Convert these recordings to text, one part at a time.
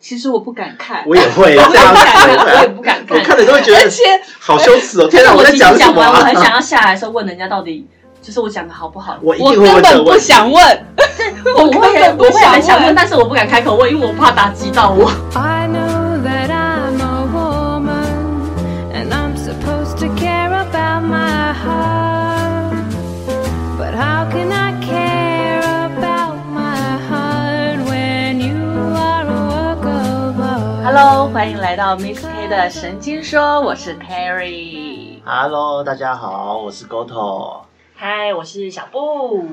其实我不敢看，我也会这样我也子，不敢我看，看了都会觉而得且好羞耻哦！天哪，我在其实讲什讲么完，我啊很？想要下来的时候问人家到底，就是我讲的好不好。我一定我会问根这本个不问题。想 问。我根会本不我会想很想问问，但是我不敢开口问，因为我怕打击 到我。 I know that I'm a woman and I'm supposed to care about my heart. But how can I care about my heart when you are a work of art? Hello，欢迎来到 Miss K 的神经说，我是 Terry。 Hello，大家好，我是 Goto。嗨，我是小布。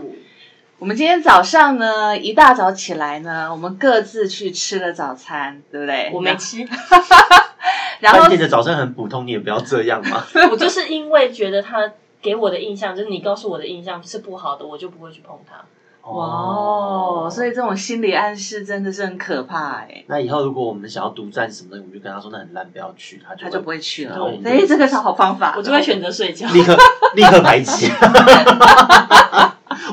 我们今天早上呢，一大早起来呢，我们各自去吃了早餐，对不对？我没吃， 然后饭店的早餐很普通，你也不要这样 嘛。我就是因为觉得他给我的印象，就是你告诉我的印象是不好的，我就不会去碰它。哇哦，所以这种心理暗示真的是很可怕哎、那以后如果我们想要独占什么东西，我们就跟他说那很烂，不要去，他就他就不会去了。对哎，这个是好方法，我就会选择睡觉。立刻立刻排挤。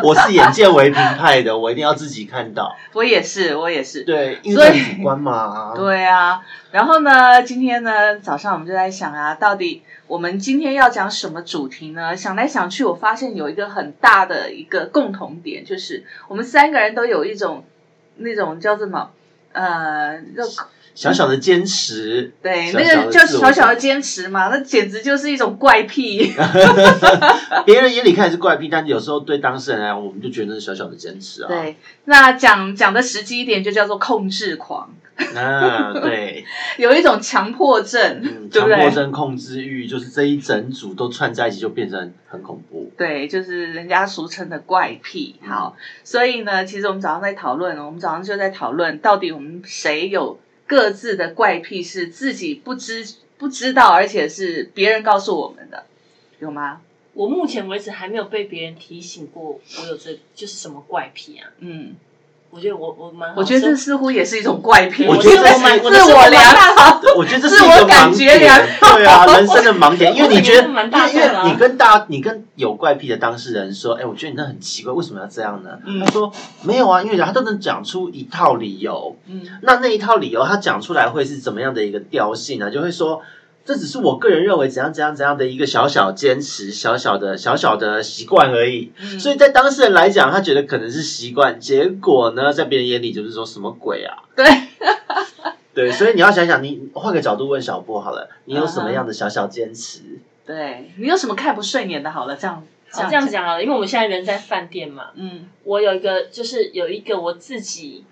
我是眼见为凭派的，我一定要自己看到。我也是，我也是。对，因所为以很主观嘛。对啊，然后呢，今天呢早上我们就在想啊，到底我们今天要讲什么主题呢？想来想去，我发现有一个很大的一个共同点，就是我们三个人都有一种那种叫什么呃，那小小的坚持，对，小那小个的叫自我小小的坚持嘛，那简直就是一种怪 癖。别人眼里看是怪癖，但有时候对当事人来讲，我们就觉得那是小小的坚持啊。，对，那讲讲的实际一点，就叫做控制狂，啊，对，有一种强迫症，嗯，对强不对？迫症、控制欲，就是这一整组都串在一起，就变成很恐怖。对，就是人家俗称的怪癖。嗯好，所以呢，其实我们早上在讨论，哦我们早上就在讨论，到底我们谁有各自的怪癖是自己不知不知道，而且是别人告诉我们的，有吗？我目前为止还没有被别人提醒过我有这就是什么怪癖啊。嗯，我觉得我我蛮好我觉得这受似乎也是一种怪癖，我觉得自我蛮我自的我良好。我觉得这是自一我个感盲觉点良，对啊，人生的盲点，因为你觉得，我感觉蛮大因众为的啊你跟大你跟有怪癖的当事人说，哎，我觉得你那很奇怪，为什么要这样呢？嗯他说没有啊，因为他都能讲出一套理由，嗯，那那一套理由，他讲出来会是怎么样的一个调性啊呢？就会说，这只是我个人认为怎样怎样怎样的一个小小坚持、小小的小小的习惯而已。嗯所以在当事人来讲，他觉得可能是习惯，结果呢，在别人眼里就是说什么鬼啊？对，对，所以你要想想，你换个角度问小波好了，你有什么样的小小坚持？对你有什么看不顺眼的？好了，这样好哦这样，讲好了，因为我们现在人在饭店嘛，嗯我有一个就是有一个我自己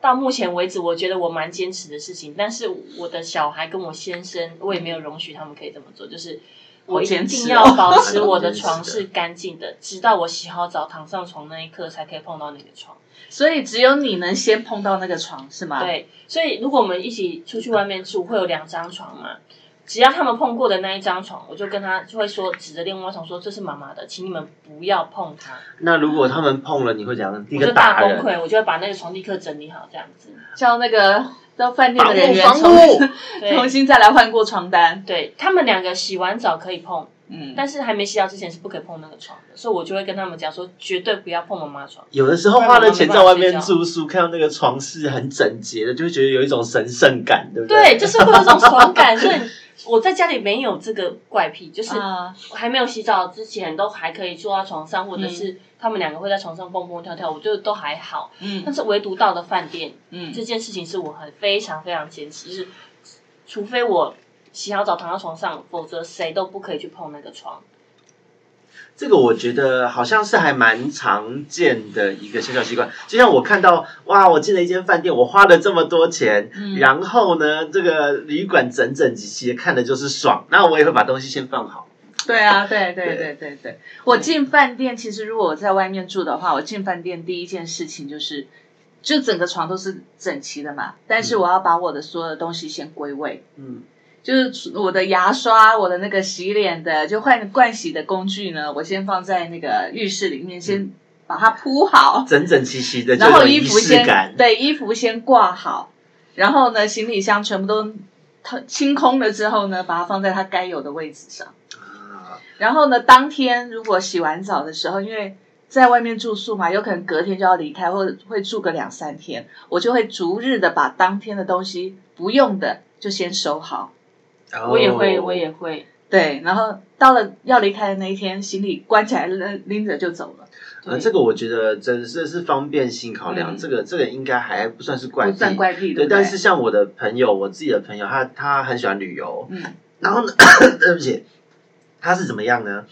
到目前为止我觉得我蛮坚持的事情，但是我的小孩跟我先生，我也没有容许他们可以这么做，就是我一好坚持定哦要保持我 的啊床是干净的，直到我洗好澡躺上床那一刻才可以碰到那个床。所以只有你能先碰到那个床是啊吗？，对，所以如果我们一起出去外面住，会有两张床嘛。只要他们碰过的那一张床，我就跟他就会说，指着另外一张床说：“这是妈妈的，请你们不要碰它。那如果他们碰了，你会怎样？”第一我就个大崩人，溃，我就会把那个床立刻整理好，这样子。叫那个到饭店防的人护员防重护， 对重新再来换过床单。对他们两个洗完澡可以碰，嗯，但是还没洗澡之前是不可以碰那个床的，所以我就会跟他们讲说，绝对不要碰妈妈床。有的时候花了钱在外面住宿，看到那个床是很整洁的，就会觉得有一种神圣感，对不对，就是会有一种爽感，所以我在家里没有这个怪癖，就是啊，还没有洗澡之前都还可以坐在床上，或者是他们两个会在床上蹦蹦跳跳，我觉得都还好。但嗯是唯独到了饭店，这嗯，件事情是我很非常非常坚持，就是除非我洗好澡躺到床上，否则谁都不可以去碰那个床。这个我觉得好像是还蛮常见的一个小小习惯。就像我看到，哇，我进了一间饭店，我花了这么多钱，嗯然后呢，这个旅馆整整齐齐的，看的就是爽。那我也会把东西先放好。对啊，对对对对对对。我进饭店，其实如果我在外面住的话，我进饭店第一件事情就是，就整个床都是整齐的嘛，但是嗯我要把我的所有的东西先归位。嗯，就是我的牙刷、我的那个洗脸的，就换盥洗的工具呢，我先放在那个浴室里面，先把它铺好。整整齐齐的，就然后有衣仪服式先感。对衣服先挂好，然后呢，行李箱全部都它清空了之后呢，把它放在它该有的位置上。啊然后呢，当天如果洗完澡的时候，因为在外面住宿嘛，有可能隔天就要离开，或者会住个两三天，我就会逐日的把当天的东西不用的就先收好。我也会，哦我也会，对，然后到了要离开的那一天，行李关起来拎拎着就走了，呃，对这个我觉得真的是方便性考量，嗯这个这个应该还不算是怪不癖。算怪癖，对，不但是像我的朋友，我自己的朋友，他他很喜欢旅游，嗯，然后呢， 对不起，他是怎么样呢？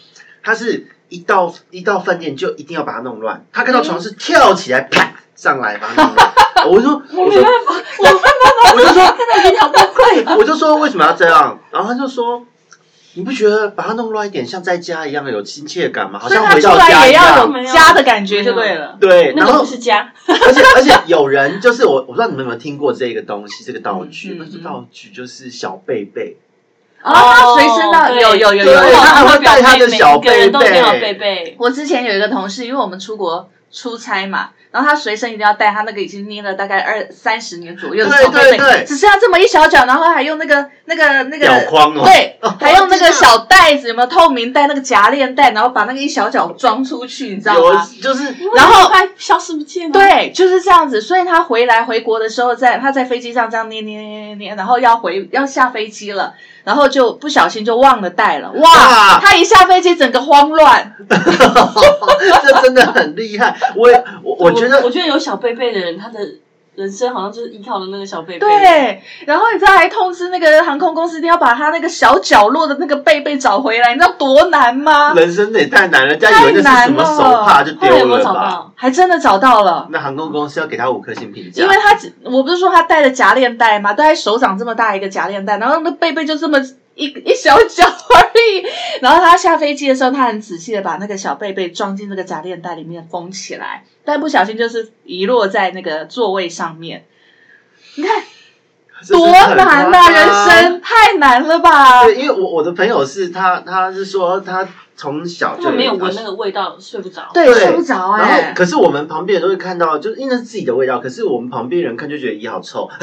他是一到一到饭店就一定要把它弄乱，他看到床是跳起来啪上来把它弄乱。嗯我就 说，我我说，没办法，我就说真的有点好崩溃。 我就说为什么要这样？然后他就说，你不觉得把它弄乱一点，像在家一样有亲切感吗？好所以像他回出到来家一也要样。有家的感觉就对了。对，然那个后不是家， 而且而且有人就是我，我不知道你们有没有听过这个东西，这个道具，嗯嗯那、是道具就是小贝贝，啊，随身的哦对有有有有哦对有。他还会带他的小每个人都一定要有贝贝贝，我之前有一个同事，因为我们出国出差嘛，然后他随身一定要带他那个已经捏了大概二三十年左右的对小贝对对贝，只剩下这么一小角，然后还用那个那个那吊个。框哦， 对哦，还用那天个哪小袋子，有没有透明袋？那个夹链袋，然后把那个一小角装出去，你知道有吗？就是 然后快消失不见了。，啊对，就是这样子。所以他回来回国的时候在，他在飞机上这样捏捏捏捏捏，然后要回要下飞机了，然后就不小心就忘了带了。哇哇，他一下飞机整个慌乱，这真的很厉害。我也我我觉我得觉得有小贝贝的人，他的人生好像就是依靠了那个小贝贝。，对，然后你知道还通知那个航空公司，一定要把他那个小角落的那个贝贝找回来，你知道多难吗？人生也太难了，人家以为那是什么手帕就后来丢我了找吧？到，还真的找到了。那航空公司要给他五颗星评价，因为他只我不是说他戴了夹链带吗？大概手掌这么大一个夹链带，然后那贝贝就这么一一小角而已。然后他下飞机的时候，他很仔细的把那个小贝贝装进这个夹链带里面封起来，但不小心就是遗落在那个座位上面。你看这多真的很夸难呐、张人生啊太难了吧？对，因为我我的朋友是他，他是说他从小他就们没有发闻现那个味道，睡不着。对，对睡不着然后哎、，可是我们旁边人都会看到，就是因为那是自己的味道，可是我们旁边人看就觉得咦好臭，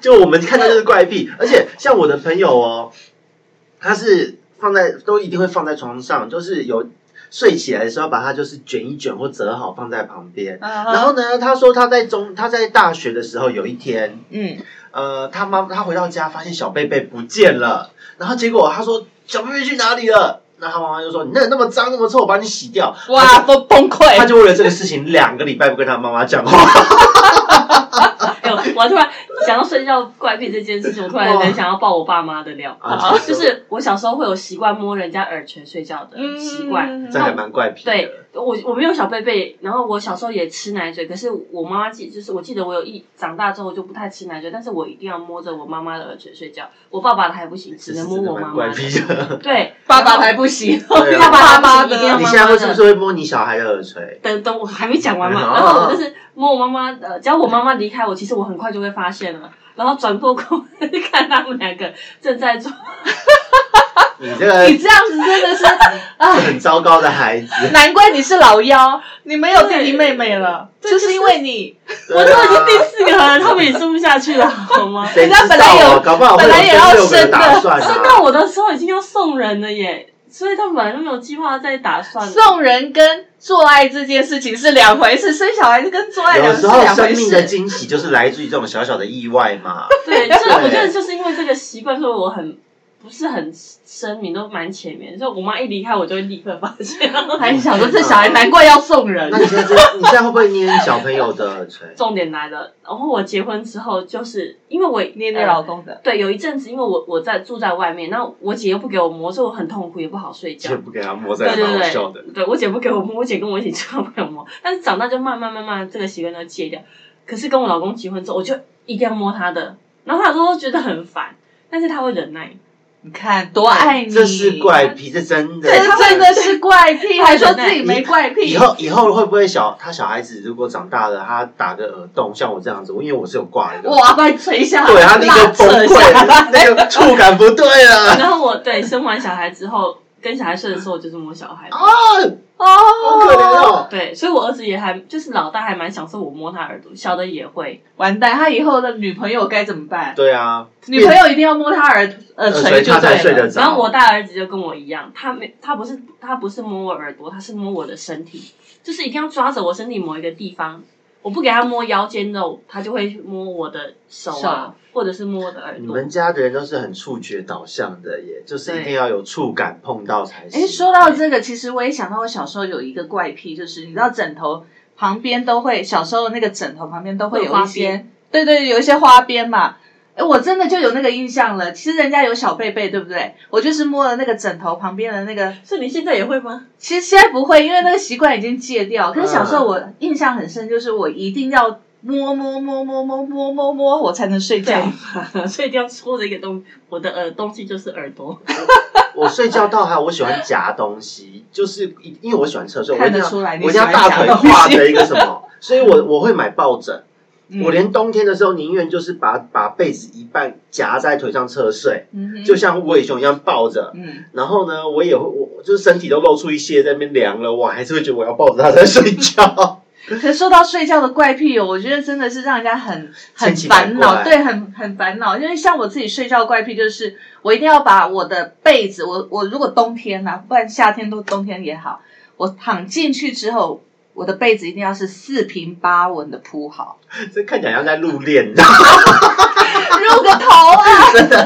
就我们看到就是怪癖。而且像我的朋友哦，他是放在都一定会放在床上，就是有睡起来的时候把它就是卷一卷或折好放在旁边。然然后呢，他说他在中他在大学的时候有一天，嗯，呃，他妈他回到家发现小贝贝不见了，然后结果他说小贝贝去哪里了？那他妈妈就说你那那么脏那么臭，我把你洗掉。哇，都崩溃。他就为了这个事情，两个礼拜不跟他妈妈讲话。哎呦， 我突然想到睡觉怪癖这件事情，我突然很想要爆我爸妈的料。啊就是我小时候会有习惯摸人家耳垂睡觉的嗯习惯，这还蛮怪癖的。对我我没有小贝贝，然后我小时候也吃奶嘴，可是我妈妈记就是我记得我有一长大之后我就不太吃奶嘴，但是我一定要摸着我妈妈的耳垂睡觉，我爸爸的还不行，只这是能真摸的我妈蛮妈怪的。癖的。对，爸爸然后才 不行，对爸啊爸妈不行一定呢要 你妈现在妈会是不的。是会摸你小孩的耳垂？等等，我还没讲完嘛。嗯然后我就是摸我妈妈，呃，只要我妈妈离开我，其实我很快就会发现了。然后转过头看他们两个正在做，你这 个你这样子真的是，哎，很糟糕的孩子。 难怪你是老幺，你没有弟弟妹妹了，就是因为你，我都已经第对啊四个了，他们也吃不下去了，好 吗？谁知道啊人家本来有搞不好会本来也有要六个生的打 算送啊。到我的时候已经要送人了耶，所以他们本来就没有计划再打算。送人跟做爱这件事情是两回事，生小孩是跟做爱有两时是候两生回命的事。惊喜就是来自于这种小小的意外嘛。对，就是我觉得对就是因为这个习惯，所以我很不是很声明，都蛮前面。所以我妈一离开，我就会立刻发现。还想说这小孩难怪要送人那，你现在这你现在会不会捏你小朋友的耳垂？重点来了，然后我结婚之后，就是因为我捏捏老公的，对，有一阵子，因为我我在住在外面，那我姐又不给我摸，所以我很痛苦，也不好睡觉就。不给他摸，这对还蛮好对笑的。对，对我姐不给我摸，我姐跟我一起住，她不给我摸。但是长大就慢慢慢慢这个习惯都戒掉。可是跟我老公结婚之后，我就一定要摸他的，然后他有时候觉得很烦，但是他会忍耐。 你看多爱你，这是，怪癖，这真的。这真的是怪 癖，还说自己没怪以癖，后以后会不会小他小孩子如果长大了，他打个耳洞，像我这样子，因为我是有挂一个，哇，把你垂下来，对他立刻崩拉扯一下 哎溃，那个触感不对了。啊然后我对生完小孩之后。跟小孩睡的时候，我就是摸小孩。啊，好哦，可怜哦。对，所以我儿子也还就是老大还蛮享受我摸他耳朵，小的也会。完蛋，他以后的女朋友该怎么办？ 对啊，女朋友一定要摸他耳耳耳垂垂就他才对睡得了。着然后我大儿子就跟我一样，他没他不是他不是摸我耳朵，他是摸我的身体，就是一定要抓着我身体某一个地方。我不给他摸腰间肉，他就会摸我的手啊，或者是摸我的耳你朵。们家的人都是很触觉导向的耶，就是一定要有触感碰到才行。哎，说到这个，其实我也想到我小时候有一个怪癖，就是你知道枕头旁边都会，小时候那个枕头旁边都会有有花一些，对对，有一些花边嘛。哎，我真的就有那个印象了。其实人家有小贝贝，对不对？我就是摸了那个枕头旁边的那个是你现在也会吗？ 其实现在不会，因为那个习惯已经戒掉。可是小时候我印象很深，就是我一定要摸摸摸摸摸摸摸摸，我才能睡觉。对，所以一定要戳着一个东，我的耳东西就是耳朵。我睡觉到还我喜欢夹东西，就是一因为我喜欢侧睡，我一看定得要出来，我一定喜要欢大夹腿东西跨着一个什么，所以我我会买抱枕。嗯我连冬天的时候，宁愿就是把把被子一半夹在腿上侧睡，嗯哼就像无尾熊一样抱着。嗯，然后呢，我也会，我就是身体都露出一些在那边凉了，我还是会觉得我要抱着它在睡觉。 可是说到睡觉的怪癖哦，我觉得真的是让人家很很千奇百烦恼，怪对，很很烦恼。因为像我自己睡觉的怪癖就是，我一定要把我的被子，我我如果冬天呐、不然夏天都冬天也好，我躺进去之后，我的被子一定要是四平八稳的铺好。 这看起来像在入殓，你 知道吗入个头啊！真的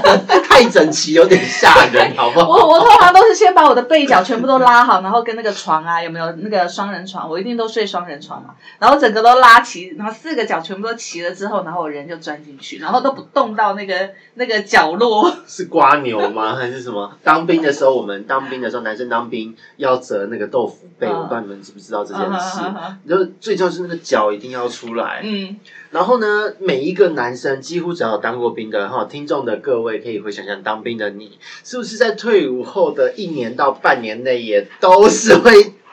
太整齐，有点吓人，好 不我好？我通常都是先把我的被角全部都拉好，然后跟那个床啊有没有那个双人床，我一定都睡双人床嘛，然后整个都拉齐，然后四个角全部都齐了之后，然后我人就钻进去，然后都不动到那个那个角落。 是瓜牛吗？还是什么？当兵的时候，我们当兵的时候，男生当兵要折那个豆腐被，嗯我不知道你们知不知道这件事。嗯就是最重要是那个脚一定要出来，嗯，然后呢，每一个男生几乎只要有当过兵的哈，听众的各位可以回想想，当兵的你是不是在退伍后的一年到半年内，也都是会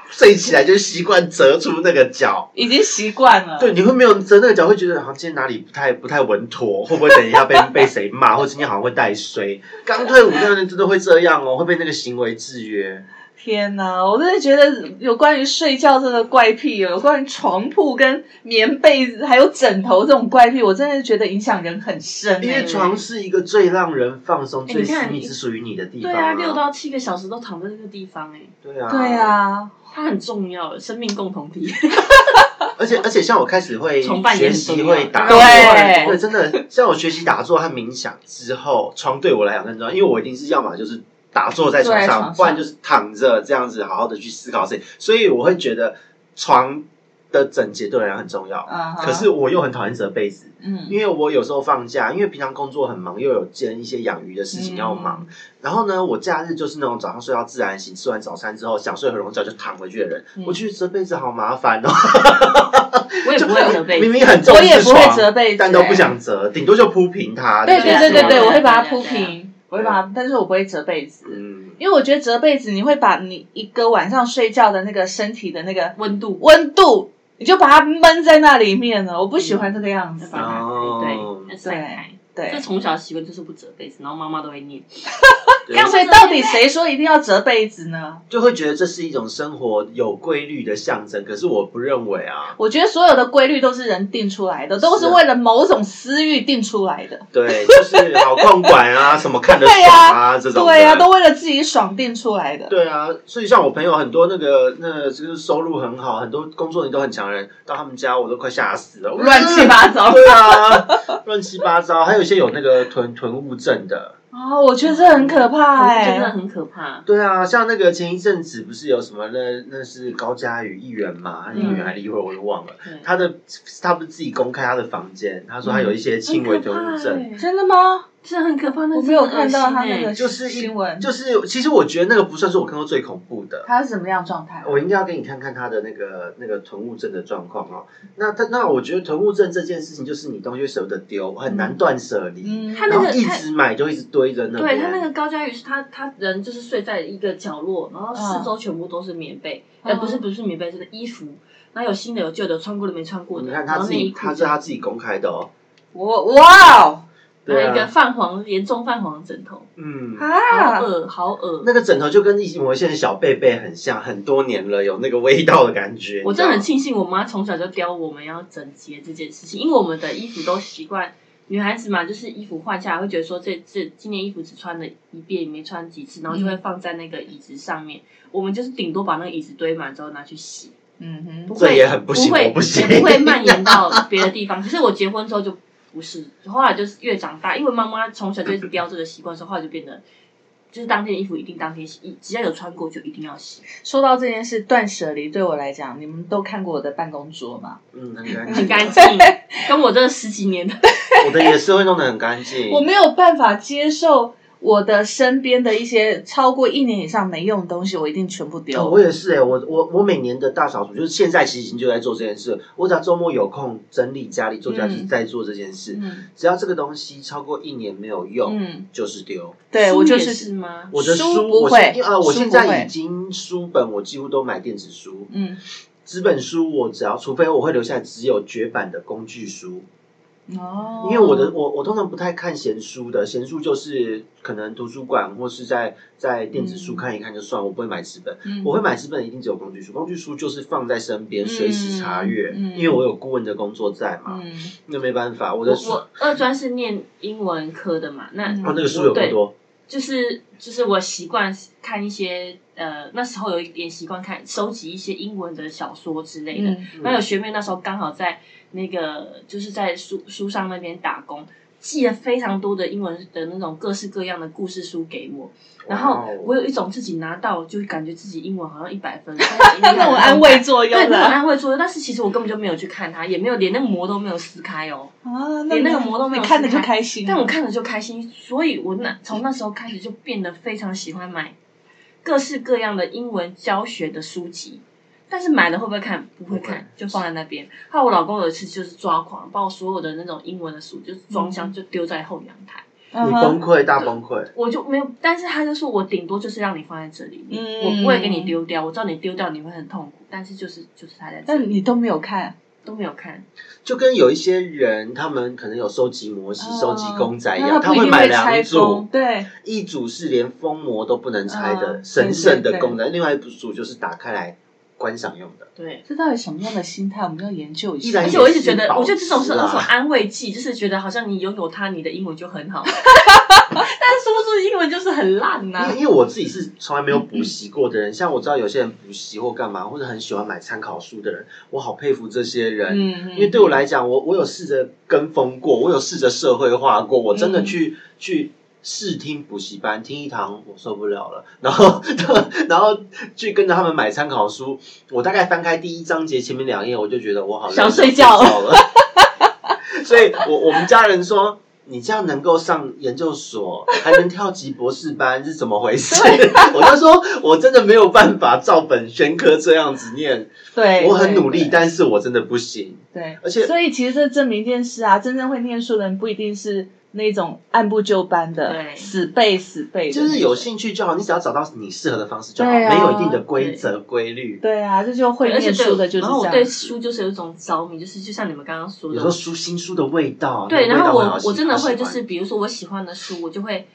睡起来就习惯折出那个脚？已经习惯了。对，你会没有折那个脚，会觉得好像今天哪里不太不太稳妥，会不会等一下被被谁骂，或今天好像会带衰？刚退伍的人真的会这样哦，会被那个行为制约。天哪，我真的觉得有关于睡觉这个怪癖，有关于床铺跟棉被还有枕头这种怪癖，我真的觉得影响人很深、欸。因为床是一个最让人放松、哎最你看私密、你只属于你的地对方、啊，六到七个小时都躺在那个地方、哎，对啊，对啊，它很重要，生命共同体。 而且而且，像我开始会崇拜也学很习啊重要会打坐，对对，真的，像我学习打坐和冥想之后，床对我来讲更重要，因为我一定是要么就是打坐在床坐在上，床上不然就是躺着这样子好好的去思考事情，所以我会觉得床的整洁对我来讲很重要。嗯哼，可是我又很讨厌折被子，嗯，因为我有时候放假，因为平常工作很忙，又有兼一些养鱼的事嗯情要忙，然后呢，我假日就是那种早上睡到自然醒，吃完早餐之后想睡回笼觉就躺回去的人，嗯我去折被子好麻烦哦。我 也不会责备明，明很重嗯我视也不会床折被子但都不想折，顶多就铺平它。对对对对就是对，我会把它对对铺对平，我会把它，但是我不会折被子，嗯，因为我觉得折被子你会把你一个晚上睡觉的那个身体的那个温度温度，你就把它闷在那里面了，我不喜欢这个样嗯子。把它哦对晒开。这对，从小习惯就是不折被子，然后妈妈都会念。对所以到底谁说一定要折被子呢？就会觉得这是一种生活有规律的象征。可是我不认为啊，我觉得所有的规律都是人定出来的，都是是啊为了某种私欲定出来的。对，就是好逛馆啊，什么看得对爽啊啊，这种的对呀、都为了自己爽定出来的。对啊，所以像我朋友很多那个那个就是收入很好，很多工作能力都很强的人，到他们家我都快吓死了，乱七八糟 对啊，乱七八糟，还有一些有那个囤囤物症的，哦，我觉得这很可怕哎、真的很可怕。对啊，像那个前一阵子不是有什么那那是高嘉宇议员嘛，嗯议员还是议会我也忘了，对，他的他不是自己公开他的房间，他说他有一些轻微囤物症，嗯很可怕欸，真的吗？真的很可怕。那我真没的有很恶看心到他那欸个就是一新闻，就是其实我觉得那个不算是我看过最恐怖的，他是什么样的状态？我应该要给你看看他的那个那个囤物症的状况哦。那他那我觉得囤物症这件事情，就是你东西会舍不得丢，很难断舍离，嗯，他那然个后一直买就一直堆着那边。对他那个高佳宇是他他人就是睡在一个角落，然后四周全部都是棉被，嗯呃不是不是棉被，是衣服，然后有新的有旧的，穿过的没穿过的，你看然嗯他后自内衣己，裤他是他自己公开的哦。我哇哦，还有一对个啊，泛黄严重泛黄的枕头，嗯，好啊，恶好恶那。个枕头就跟一我现在小贝贝很像，很多年了，有那个味道的感觉。我真的很你知庆幸我妈从小就教我们要整洁这件事情，因为我们的衣服都习惯，女孩子嘛，就是衣服换下来会觉得说这这今年衣服只穿了一遍，也没穿几次，然后就会放在那个椅子上面。我们就是顶多把那个椅子堆满之后拿去洗，嗯哼，不这会也很不行会我不行也不会蔓延到别的地方。可是我结婚之后就不是，后来就是越长大，因为妈妈从小就一直标这个习惯，之后后来就变得。就是当天的衣服一定当天洗，只要有穿过就一定要洗，说到这件事，断舍离对我来讲，你们都看过我的办公桌吗？道 嗯，很干净，很干净。跟我这十几年的我的也是会弄得很干净。我没有办法接受我的身边的一些超过一年以上没用的东西，我一定全部丢。哦我也是哎、我我我每年的大扫除，就是现在其实已经就在做这件事了。我只要周末有空整理家里，做家事，嗯在做这件事。嗯只要这个东西超过一年没有用，嗯，就是丢。对书我就也是吗？我的书书，不我会现呃，我书现不会在已经书本，我几乎都买电子书。嗯纸本书我只要，除非我会留下来只有绝版的工具书，哦，因为我的我我通常不太看闲书的，闲书就是可能图书馆或是在在电子书嗯看一看就算，我不会买纸本。嗯我会买纸本，一定只有工具书。工具书就是放在身边，随时查阅，嗯嗯因为我有顾问的工作在嘛，嗯那没办法，我我的书，哦我二专是念英文科的嘛，那嗯哦，那个书有够多，就是就是我习惯看一些呃那时候有一点习惯看收集一些英文的小说之类的。嗯那有学妹那时候刚好在那个就是在书书上那边打工，寄了非常多的英文的那种各式各样的故事书给我，然哇后哦我有一种自己拿到就感觉自己英文好像一百 分，非常那厉害种的安慰作对用那的种啊， 安慰作用，但是其实我根本就没有去看它，也没有连那个膜都没有撕开哦。你连那个膜都没有啊你看着撕就开开心。但我看了就开心，所以我那从那时候开始就变得非常喜欢买各式各样的英文教学的书籍。但是买了会不会看？不会不会看，就放在那边。还有我老公有一次就是抓狂，把我所有的那种英文的书就是装箱就丢在后阳台，你嗯崩哼溃大崩溃，我就没有。但是他就说我顶多就是让你放在这里，嗯我不会给你丢掉。我知道你丢掉你会很痛苦，但是就是就是他在这但里你都没有看，都没有看，就跟有一些人他们可能有收集模型、哦收集公仔一那样，他不一会定买拆两封组，，对，一组是连封膜都不能拆的、哦神圣对对的对功能，另外一组就是打开来观赏用的。对。这到底什么样的心态？我们要研究一依下。然而也且我一直觉得，保我觉得这种是持啊啦那种安慰剂，就是觉得好像你拥有它，你的英文就很好，但是殊不知英文就是很烂呐、因为因为我自己是从来没有补习过 的人，像我知道有些人补习或干嘛，或者很喜欢买参考书的人，我好佩服这些人。嗯，嗯因为对我来讲，我我有试着跟风过，我有试着社会化过，我真的嗯去、去试听补习班，听一堂我受不了了，然后 然后去跟着他们买参考书，我大概翻开第一章节前面两页，我就觉得我好累想睡觉我想了， 所以我我们家人说。你这样能够上研究所，还能跳级博士班，是怎么回事？ 我就说，我真的没有办法照本宣科这样子念，对，我很努力，对但是我真的不行。对，而且所以其实这证明一件事啊，真正会念书的人不一定是那种按部就班的，对死背死背的那就种，是有兴趣就好，你只要找到你适合的方式就好，对啊没有一定的规则规律。对啊，这就会而且念对书我，的就是然后这我样对子。书就是有一种着迷，就是就像你们刚刚说有时候的，书新书的味道，对。那个然味道后很我好我真的会就喜欢是，比如说我喜欢的书，我就会。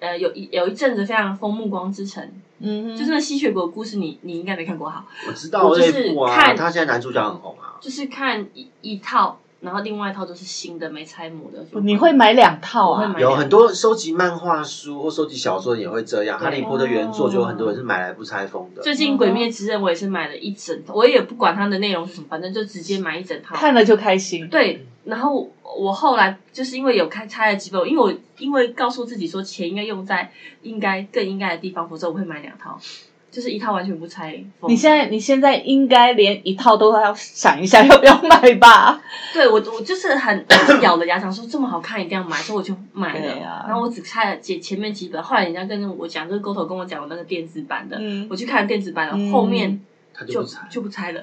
呃，有一有一阵子非常疯《暮光之城》，嗯哼，就是那吸血鬼的故事你，你应该没看过哈，我知道我就是这一部啊，看他现在男主角很红啊，就是看一一套，然后另外一套都是新的没拆模的。你会买两套我会啊？买有很多收集漫画书或收集小说的也会这样。对哈利波特原作就有很多人是买来不拆封的，最近《鬼灭之刃》我也是买了一整套，我也不管它的内容是什么，反正就直接买一整套。看了就开心。对，然后我我后来就是因为有看拆了几本，因为我因为告诉自己说钱应该用在应该更应该的地方，否则我会买两套，就是一套完全不拆封。你现哦在你现在应该连一套都要想一下要不要买吧？对我我就是很咬了牙想说这么好看一定要买，所以我就买了。对啊然后我只拆了前前面几本，后来人家跟我讲，就是沟头跟我讲我那个电子版的，嗯我，去看电子版了，嗯后面他就就不拆。就不拆了。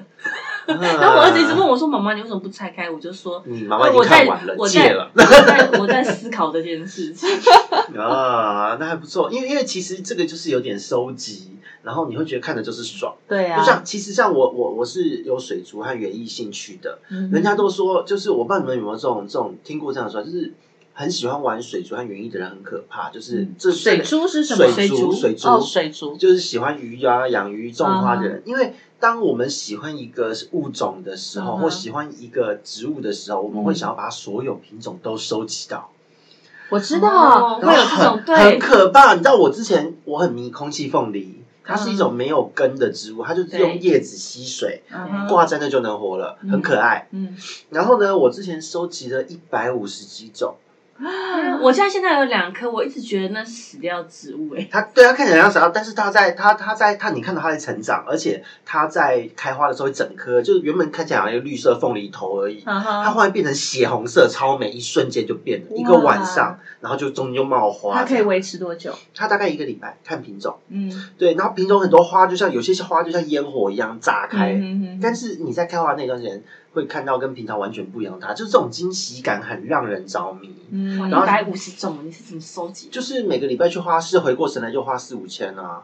然 然后我儿子一直问我说：“妈妈，你为什么不拆开？”我就说。你嗯妈妈已经我在看完了，我戒在了我在我在思考这件事情。 啊，那还不错，因为因为其实这个就是有点收集，然后你会觉得看的就是爽。对啊，就像其实像我我我是有水族和园艺兴趣的，嗯人家都说，就是我不知道你们有没有这种这种听过这样的说法，就是很喜欢玩水族和园艺的人很可怕，就是嗯这水珠是什么？水珠水珠哦，水珠，就是喜欢鱼啊、养鱼、种花嗯的人，因为当我们喜欢一个物种的时候，嗯哼或喜欢一个植物的时候，我们会嗯想要把所有品种都收集到，我知道哦，然会后有这种很对很可怕。你知道我之前我很迷空气凤梨，它是一种没有根的植物，它就是用对叶子吸水，嗯哼挂在那就能活了，嗯很可爱。嗯，然后呢，我之前收集了一百五十几种，我家现在有两棵，我一直觉得那是死掉植物哎、它对它看起来像啥，但是它在它它在它你看到它在成长，而且它在开花的时候，一整颗就是原本看起来好像一个绿色凤梨头而已，它嗯哼，忽然变成血红色，超美，一瞬间就变了，哇一个晚上，然后就中间就冒花。它可以维持多久？它大概一个礼拜，看品种。嗯，对，然后品种很多花，就像有些花就像烟火一样炸开。嗯但是你在开花那段时间，会看到跟平常完全不一样的它，就是这种惊喜感很让人着迷。嗯哇，哼，然后一百五十种，你是怎么收集的？就是每个礼拜去花市，回过神来就花四五千啊，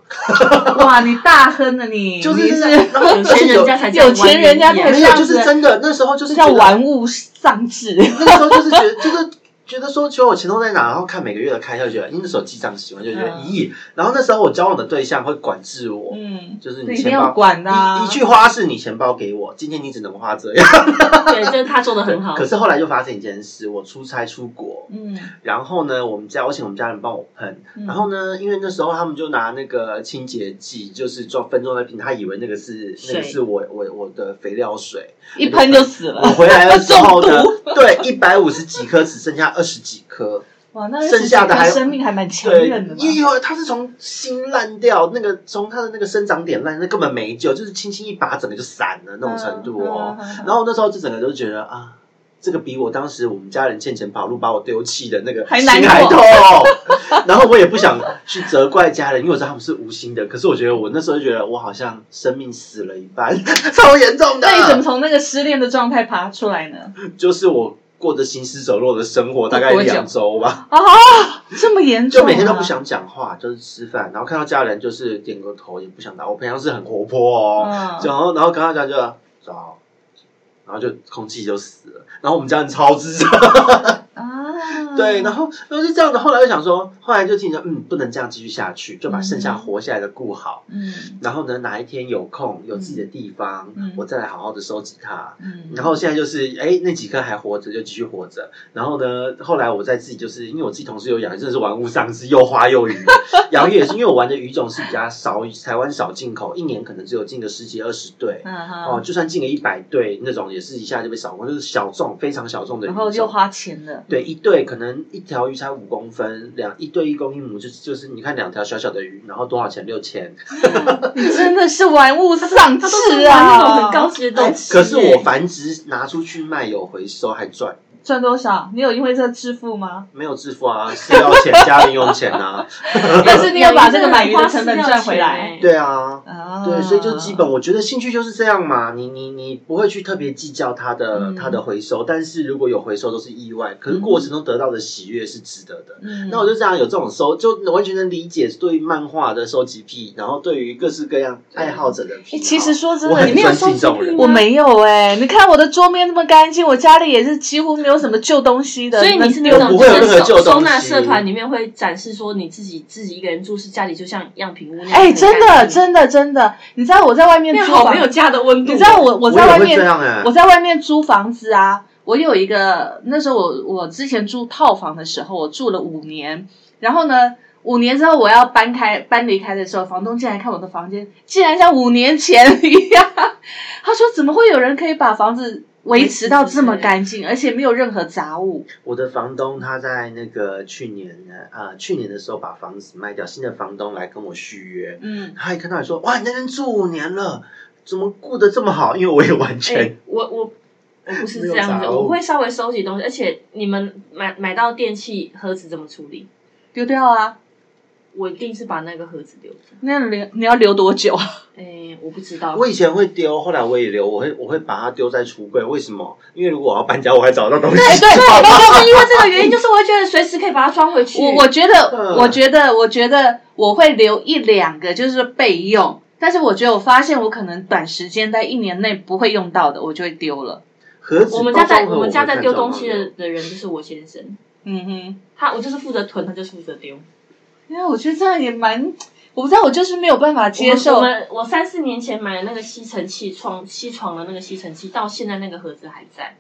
哇，你大亨了你，就是你是然后有钱人家才这样有钱人家玩才园艺啊 没有，就是真的。那时候就是这叫觉得玩物丧志。那个时候就是觉得，就是觉得说，求我钱都在哪，然后看每个月的开销，觉得因为那时候记账习惯，就觉得嗯咦、然后那时候我交往的对象会管制我，嗯，就是你这一定钱要包。管的啊一一句话是你钱包给我，今天你只能花这样。 对，这是他做的很好。可是后来就发生一件事，我出差出国，嗯，然后呢，我们家我请我们家人帮我喷，嗯然后呢，因为那时候他们就拿那个清洁剂，就是装分装在瓶，他以为那个是那水个是我我我的肥料水，一喷就死我了。回来的时候 呢，对，一百五十几颗只剩下二十几颗，哇，那剩下的还生命还蛮强对韧的，嘛。因为它是从心烂掉，那个从它的那个生长点烂，那根本没救，就是轻轻一把整个就散了那种程度哦。嗯。嗯嗯嗯然后那时候就整个都觉得啊，这个比我当时我们家人欠钱跑路把我丢弃的那个还心难过还痛。 然后我也不想去责怪家人，因为我知道他们是无心的。可是我觉得我那时候就觉得我好像生命死了一般， 超严重的。那你怎么从那个失恋的状态爬出来呢？就是我过着行尸走肉的生活，大概多久两周吧，啊，这么严重、就啊，每天都不想讲话，就是吃饭，然后看到家人就是点个头，也不想打。我平常是很活泼哦，嗯，然后然后跟他讲就早，然后就空气就死了。然后我们家人超智障，啊，对，然后然后就这样子。后来就想说，后来就听着，嗯，不能这样继续下去，就嗯把剩下活下来的顾好。嗯然后呢，哪一天有空有自己的地方，嗯我再来好好的收集它。嗯，然后现在就是，哎，那几颗还活着，就继续活着。然后呢，后来我在自己就是，因为我自己同事有养，真的是玩物丧志，又花又鱼。 养鱼也是，因为我玩的鱼种是比较少，台湾少进口，一年可能只有进个十几二十对。嗯哈，哦，就算进个一百对那种，也是一下就被扫光，就是小众，非常小众的鱼然种。后就花钱了，对一对，可能一条鱼才五公分，两一对一公一母，就是就是你看两条小小的鱼，然后多少钱？六千。你 真的是玩物丧他都是志玩啊！那种很高级的东西、可是我繁殖拿出去卖有回收还赚。赚多少？你有因为这致富 吗？没有致富啊，是要钱加零用钱啊，但是你有把这个买鱼的成本赚回来，对啊，啊，对，所以就基本我觉得兴趣就是这样嘛，你你你不会去特别计较它的嗯它的回收，但是如果有回收都是意外，可是过程中得到的喜悦是值得的。嗯，那我就这样有这种收，就完全能理解对于漫画的收集癖，然后对于各式各样爱好者的癖啊诶好。其实说真我的，很你没有尊敬这种人，我没有哎、你看我的桌面那么干净，我家里也是几乎没有什么旧东西的。所以你是那能种我就不会有任何是旧收东收西纳社团里面会展示说你自己自己一个人住是家里就像样品屋那样。哎、真的，真的，真的，你知道我在外面那租好房没有，家的温度。你知道我我在外也会这面样哎、我在外面租房子啊，我有一个那时候我我之前住套房的时候，我住了五年，然后呢，五年之后我要搬开搬离开的时候，房东进来看我的房间，竟然像五年前一样，他说怎么会有人可以把房子维持到这么干净，而且没有任何杂物？我的房东他在那个去年呢，呃，去年的时候把房子卖掉，新的房东来跟我续约，嗯，他一看到你说，哇，你在那边住五年了，怎么顾得这么好？因为我也完哎、全、我我我不是没有这样子，杂物我会稍微收集东西，而且你们买买到电器盒子怎么处理？丢掉啊，我一定是把那个盒子留着。那留你要留多久啊？哎、我不知道。我以前会丢，后来我也留，我会我会把它丢在橱柜。为什么？因为如果我要搬家，我还找得到东西。哎 就是因为这个原因，就是我会觉得随时可以把它装回去。我我觉得嗯，我觉得，我觉得我会留一两个，就是备用。但是我觉得，我发现我可能短时间在一年内不会用到的，我就会丢了。 盒子我们家在包装盒我们家在会看丢状东况西的的人就是我先生，嗯哼，他我就是负责囤，他就是负责丢。因为我觉得这样也蛮，我不知道，我就是没有办法接受我。们我三四年前买的那个吸尘器，窗吸床的那个吸尘器，到现在那个盒子还在。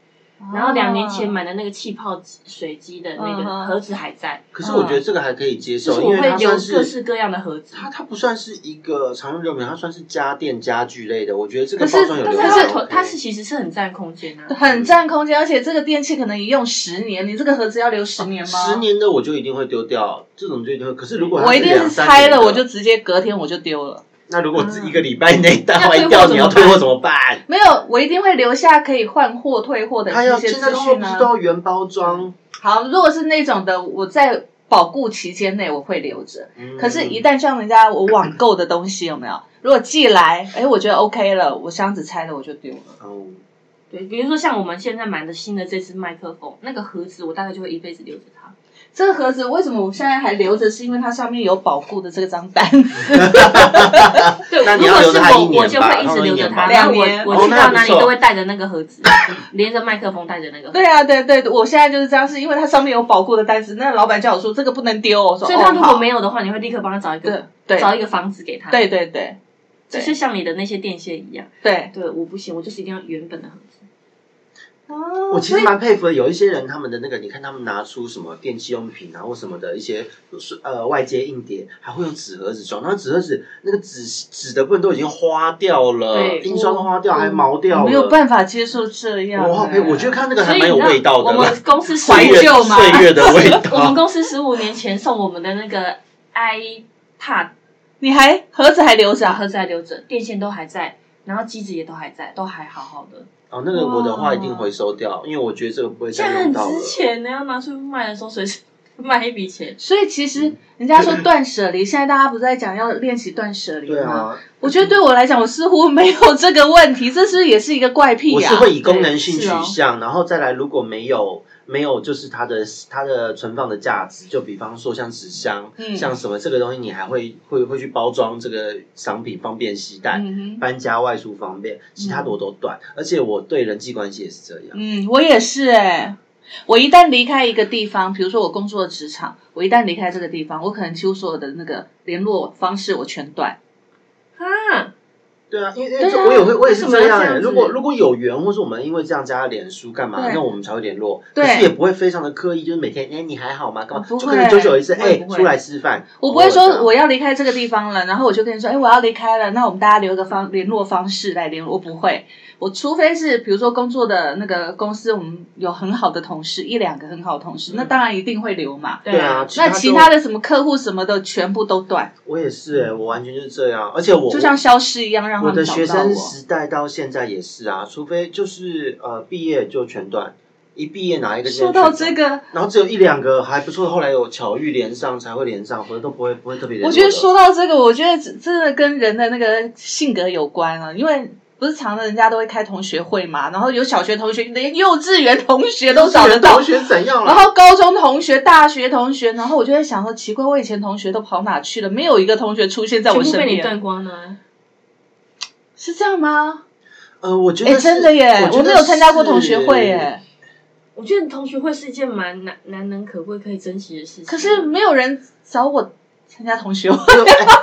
然后两年前啊买的那个气泡水机的那嗯嗯个盒子还在，可是我觉得这个还可以接就是受，因我为会它留算各是式各样的盒子。它它不算是一个常用用品，它算是家电家具类的。我觉得这个可包是装有但是留白它是 OK 它是其实是很占空间啊。很占空间，而且这个电器可能一用十年，你这个盒子要留十年吗？十，年的我就一定会丢掉，这种就一定会。可是如果它我一定两是三拆年的了，我就直接隔天我就丢了。那如果只一个礼拜内大坏嗯那退掉，货你要怎么退办货怎么办？没有，我一定会留下可以换货、退货的它要这些现在资都说讯不呢是都。要原包装，好，如果是那种的，我在保固期间内我会留着。嗯可是，一旦像人家我网购的东西有没有？ 如果寄来，哎，我觉得 OK 了，我箱子拆了我就丢了。哦对，比如说像我们现在买的新的这支麦克风，那个盒子我大概就会一辈子留着它。这个盒子为什么我现在还留着？是因为它上面有保固的这张单。 对，那你如要果是留着它一我，年吧我就会一直留着它。然差后不我多一年吧我去哦那还到不哪里错都会带着那个盒子， 连着麦克风带着那个盒子。对啊，对对，我现在就是这样，是因为它上面有保固的单子。那老板叫我说这个不能丢哦，我说所以他哦如好果没有的话，你会立刻帮他找一对个对找一个房子给他。对对对就对是像你的那些电线一样。对，对，我不行，我就是一定要原本的盒子。我我其实蛮佩服的，有一些人他们的那个，你看他们拿出什么电器用品啊，或什么的一些呃外接硬碟，还会用纸盒子装。那纸盒子那个纸纸的部分都已经花掉了，对印刷都花掉，我还毛掉了。没有办法啊接受这样。我好佩服，我觉得看那个所还以蛮有你知道味道的我啦，们公司 怀15旧吗岁月的味 我们道。公司十五年前送我们的那个 iPad 你还盒子还留着小啊？盒子还留着，电线都还在，然后机子也都还在，都还好好的。哦，那个我的话一定回收掉，因为我觉得这个不会现再在用很到了值。钱呢，要拿出去卖的时候，随时 卖一笔钱。所以其嗯实人家说断舍离，现在大家不是在讲要练习断舍离对吗？啊，我觉得对我来讲，我似乎没有这个问题，这是不是也是一个怪癖我呀是。会以功能性对取是哦向，然后再来，如果没有没有就是它的它的存放的价值，就比方说像纸箱，嗯像什么这个东西，你还会会会去包装这个商品，方便携带。嗯哼，搬家外出方便，其他的我都断，而且我对人际关系也是这样。嗯，我也是哎、我一旦离开一个地方，比如说我工作的职场，我一旦离开这个地方，我可能几乎所有的那个联络方式我全断。啊，对啊，因为因为对啊这我也会，我也是为什么这要样这欸。样子如果如果有缘，或是我们因为这样加脸书干嘛，对那我们才会联络。对可是也不会非常的刻意，就是每天哎你还好吗？干嘛？不会就可能久久一次不会哎不会出来吃饭。我不会偶尔这说样我要离开这个地方了，然后我就跟你说，哎，我要离开了，那我们大家留一个方联络方式来联络。我不会，我除非是比如说工作的那个公司，我们有很好的同事，一两个很好的同事，嗯那当然一定会留嘛。对啊，，那就其他的什么客户什么的，全部都断，我也是哎、我完全就是这样，而且我就像消失一样，让我他的们找学不到生我。时代到现在也是啊，除非就是呃毕业就全断，一毕业拿一个说到这个，个，然后只有一两个还不错，后来有巧遇连上才会连上，否则都不会不会特别联络的。我觉得说到这个，我觉得这真的跟人的那个性格有关啊，因为不是常常人家都会开同学会嘛，然后有小学同学，连幼稚园同学都找得到同，学怎样然了？后高中同学、大学同学，然后我就在想说，奇怪，我以前同学都跑哪去了？没有一个同学出现在全我部身被你边，断光了。是这样吗？呃，我觉哎，得是真的耶，我我觉没得有参加过同是学会耶，我觉得同学会是一件蛮难难能可贵、可以珍惜的事情。可是没有人找我参加同学 会。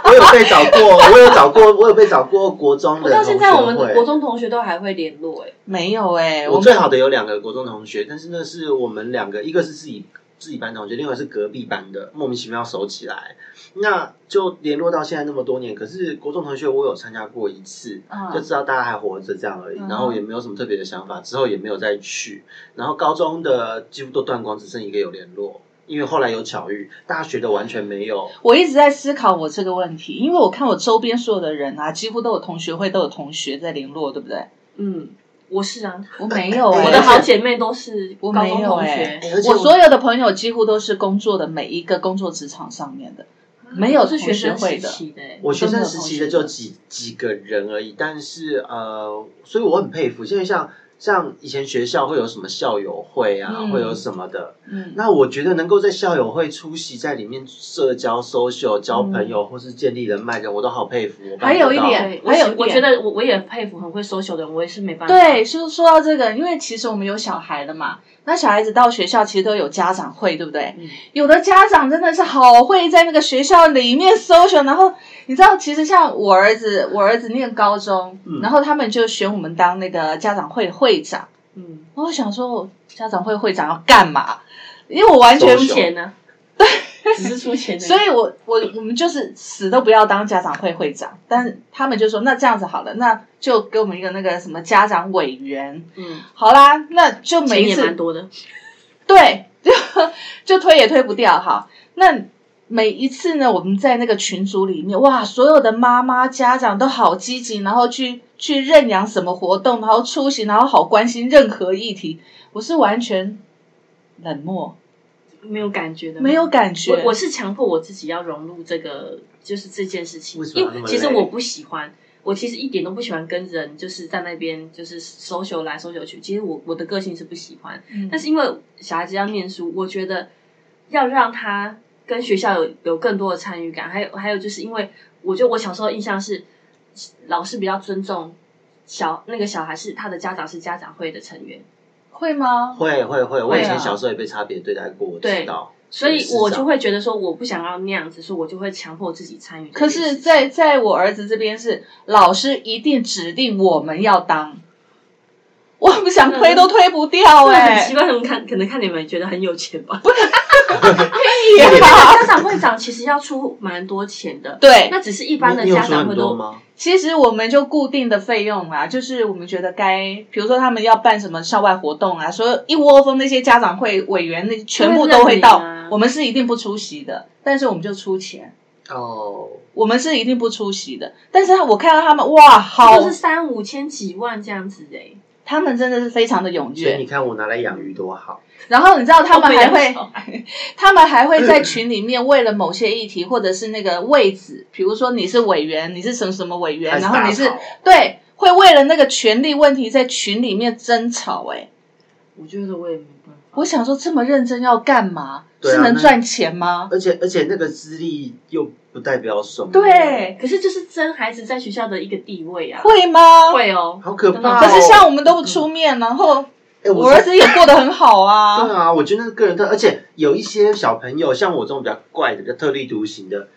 我有哎我有被找过，我有找过，我有被找过国 中我的同到学现会。在，我们国中同学都还会联络、哎，没有哎，我我最好的有两个国中同学，但是那是我们两个，一个是自己自己班同学，另外是隔壁班的，莫名其妙熟起来，那就联络到现在那么多年。可是国中同学我有参加过一次，啊嗯就知道大家还活着这样而已，嗯然后也没有什么特别的想法，之后也没有再去。然后高中的几乎都断光，只剩一个有联络。因为后来有巧遇，大学的完全没有。我一直在思考我这个问题，因为我看我周边所有的人啊，几乎都有同学会，都有同学在联络，对不对？嗯，我是啊， 我没有哎，我的好姐妹都是我高没中有同哎学，哎而且我所有的朋友几乎都是工作的每一个工作职场上面的，没有啊欸是学生同学会时的期的、哎我学生时期的就几几个人而已，但是呃，所以我很佩服，因为像像以前学校会有什么校友会啊，嗯会有什么的。嗯，那我觉得能够在校友会出席，在里面社交、social、交嗯朋友，或是建立人脉的，我都好佩服。我办不还有一到点哦对，我还有一我点觉得我我也佩服很会 social 的人，我也是没办法。对，就是说到这个，因为其实我们有小孩了嘛，那小孩子到学校其实都有家长会，对不对？嗯，有的家长真的是好会在那个学校里面搜寻，然后你知道，其实像我儿子，我儿子念高中，嗯然后他们就选我们当那个家长会会长。嗯，然后我想说，我家长会会长要干嘛？因为我完全搜出寻钱 呢？对， 只是出钱而已。所以我，我我们就是死都不要当家长会会长，但是他们就说那这样子好了，那就给我们一个那个什么家长委员，嗯，好啦，那就每钱一也蛮次多的。对，就就推也推不掉哈。那每一次呢，我们在那个群组里面，哇，所有的妈妈家长都好积极，然后去去认养什么活动，然后出席，然后好关心任何议题，我是完全冷漠，没有感觉的，没有感觉。我我是强迫我自己要融入这个，就是这件事情为，什么因要那么为其实累我不喜欢，我其实一点都不喜欢跟人就是在那边就是 social 来 social 去。其实我我的个性是不喜欢，嗯但是因为小孩子要念书，我觉得要让他跟学校有有更多的参与感，还有还有就是因为我觉得我小时候印象是老师比较尊重小那个小孩是他的家长是家长会的成员，会吗？会会会，我以会前啊小时候也被差别对待过，我对知道。所以是我这样就会觉得说我不想要那样子，所以我就会强迫自己参与这可件事情。是在，在我儿子这边是老师一定指定我们要当，我们想推都推不掉对，哎、很奇怪，他们看可能看你们觉得很有钱吧？也对好家长会长其实要出蛮多钱的， 对，那只是一般的你你有家说长很会多都吗？其实我们就固定的费用啦，就是我们觉得该，比如说他们要办什么校外活动啊，所有一窝蜂那些家长会委员那全部都会都到会认领啊，我们是一定不出席的，但是我们就出钱，哦，我们是一定不出席的。但是我看到他们哇，好都，是三五千几万这样子哎、他们真的是非常的踊所以跃你。看我拿来养鱼多好，然后你知道他们还会我，他们还会在群里面为了某些议题或者是那个位置，比如说你是委员，你是什么什么委员，开始然后你是大吵对，会为了那个权利问题在群里面争吵、哎。我觉得我也没办法。我想说，这么认真要干嘛？对啊是能赚钱吗？而且而且那个资历又不代表什么，对，可是就是争孩子在学校的一个地位啊，会吗？。会哦，好可怕、哦。可是像我们都不出面，然后哎，我是儿子也过得很好啊对。啊，我觉得那个人特，而且有一些小朋友，像我这种比较怪的、比较特立独行的，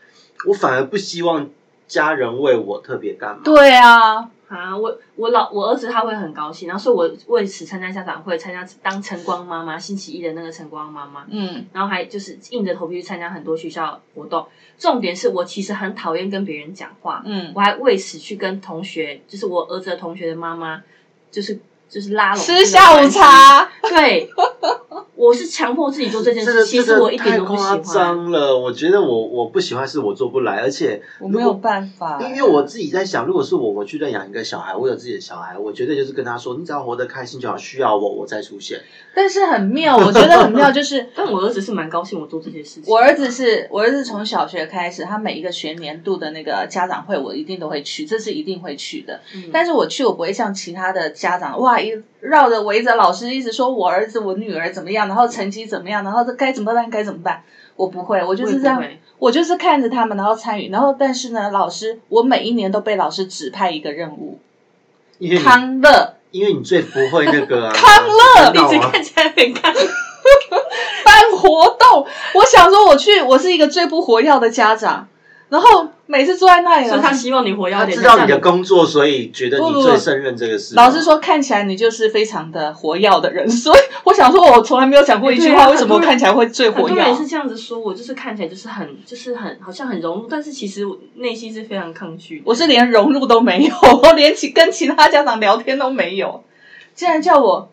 我反而不希望家人为我特别干嘛。对啊，啊，我我老我儿子他会很高兴，然后所以我为此参加家长会，参加当晨光妈妈，星期一的那个晨光妈妈，嗯，然后还就是硬着头皮去参加很多学校活动。重点是我其实很讨厌跟别人讲话，嗯，我还为此去跟同学，就是我儿子的同学的妈妈，就是就是拉拢吃下午。茶，对， 我是强迫自己做这件这事，个其这实我个一太点都不喜夸欢。张了，我觉得我我不喜欢是我做不来，而且我没有办法。因为我自己在想，如果是我我去认养一个小孩，我有自己的小孩，我绝对就是跟他说，你只要活得开心就好，需要我我再出现。但是很妙，我觉得很妙，就是但我儿子是蛮高兴我做这些事情。我儿子是我儿子从小学开始，他每一个学年度的那个家长会，我一定都会去，这是一定会去的。嗯，但是我去，我不会像其他的家长哇，一绕着围着老师一直说我儿子、我女儿怎么样，然后成绩怎么样，然后这该怎么办该怎么办。我不会，我就是这样我也，不会我就是看着他们，然后参与，然后但是呢，老师，我每一年都被老师指派一个任务，嗯因为你康乐因为你最不会那个啊，康 乐你知道一直啊看起来很干。办活动。我想说，我去，我是一个最不活跃的家长，然后每次坐在那里，所以他希望你活他跃点。知道你的这样工作，所以觉得不不你不最胜任这个事吗。老师说，看起来你就是非常的活跃的人，所以我想说，我从来没有想过一句对啊话，很为什么多我人看起来会最很活多跃人？是这样子说，我就是看起来就是很就是很好像很融入，但是其实我内心是非常抗拒的。我是连融入都没有，我连其跟其他家长聊天都没有，竟然叫我，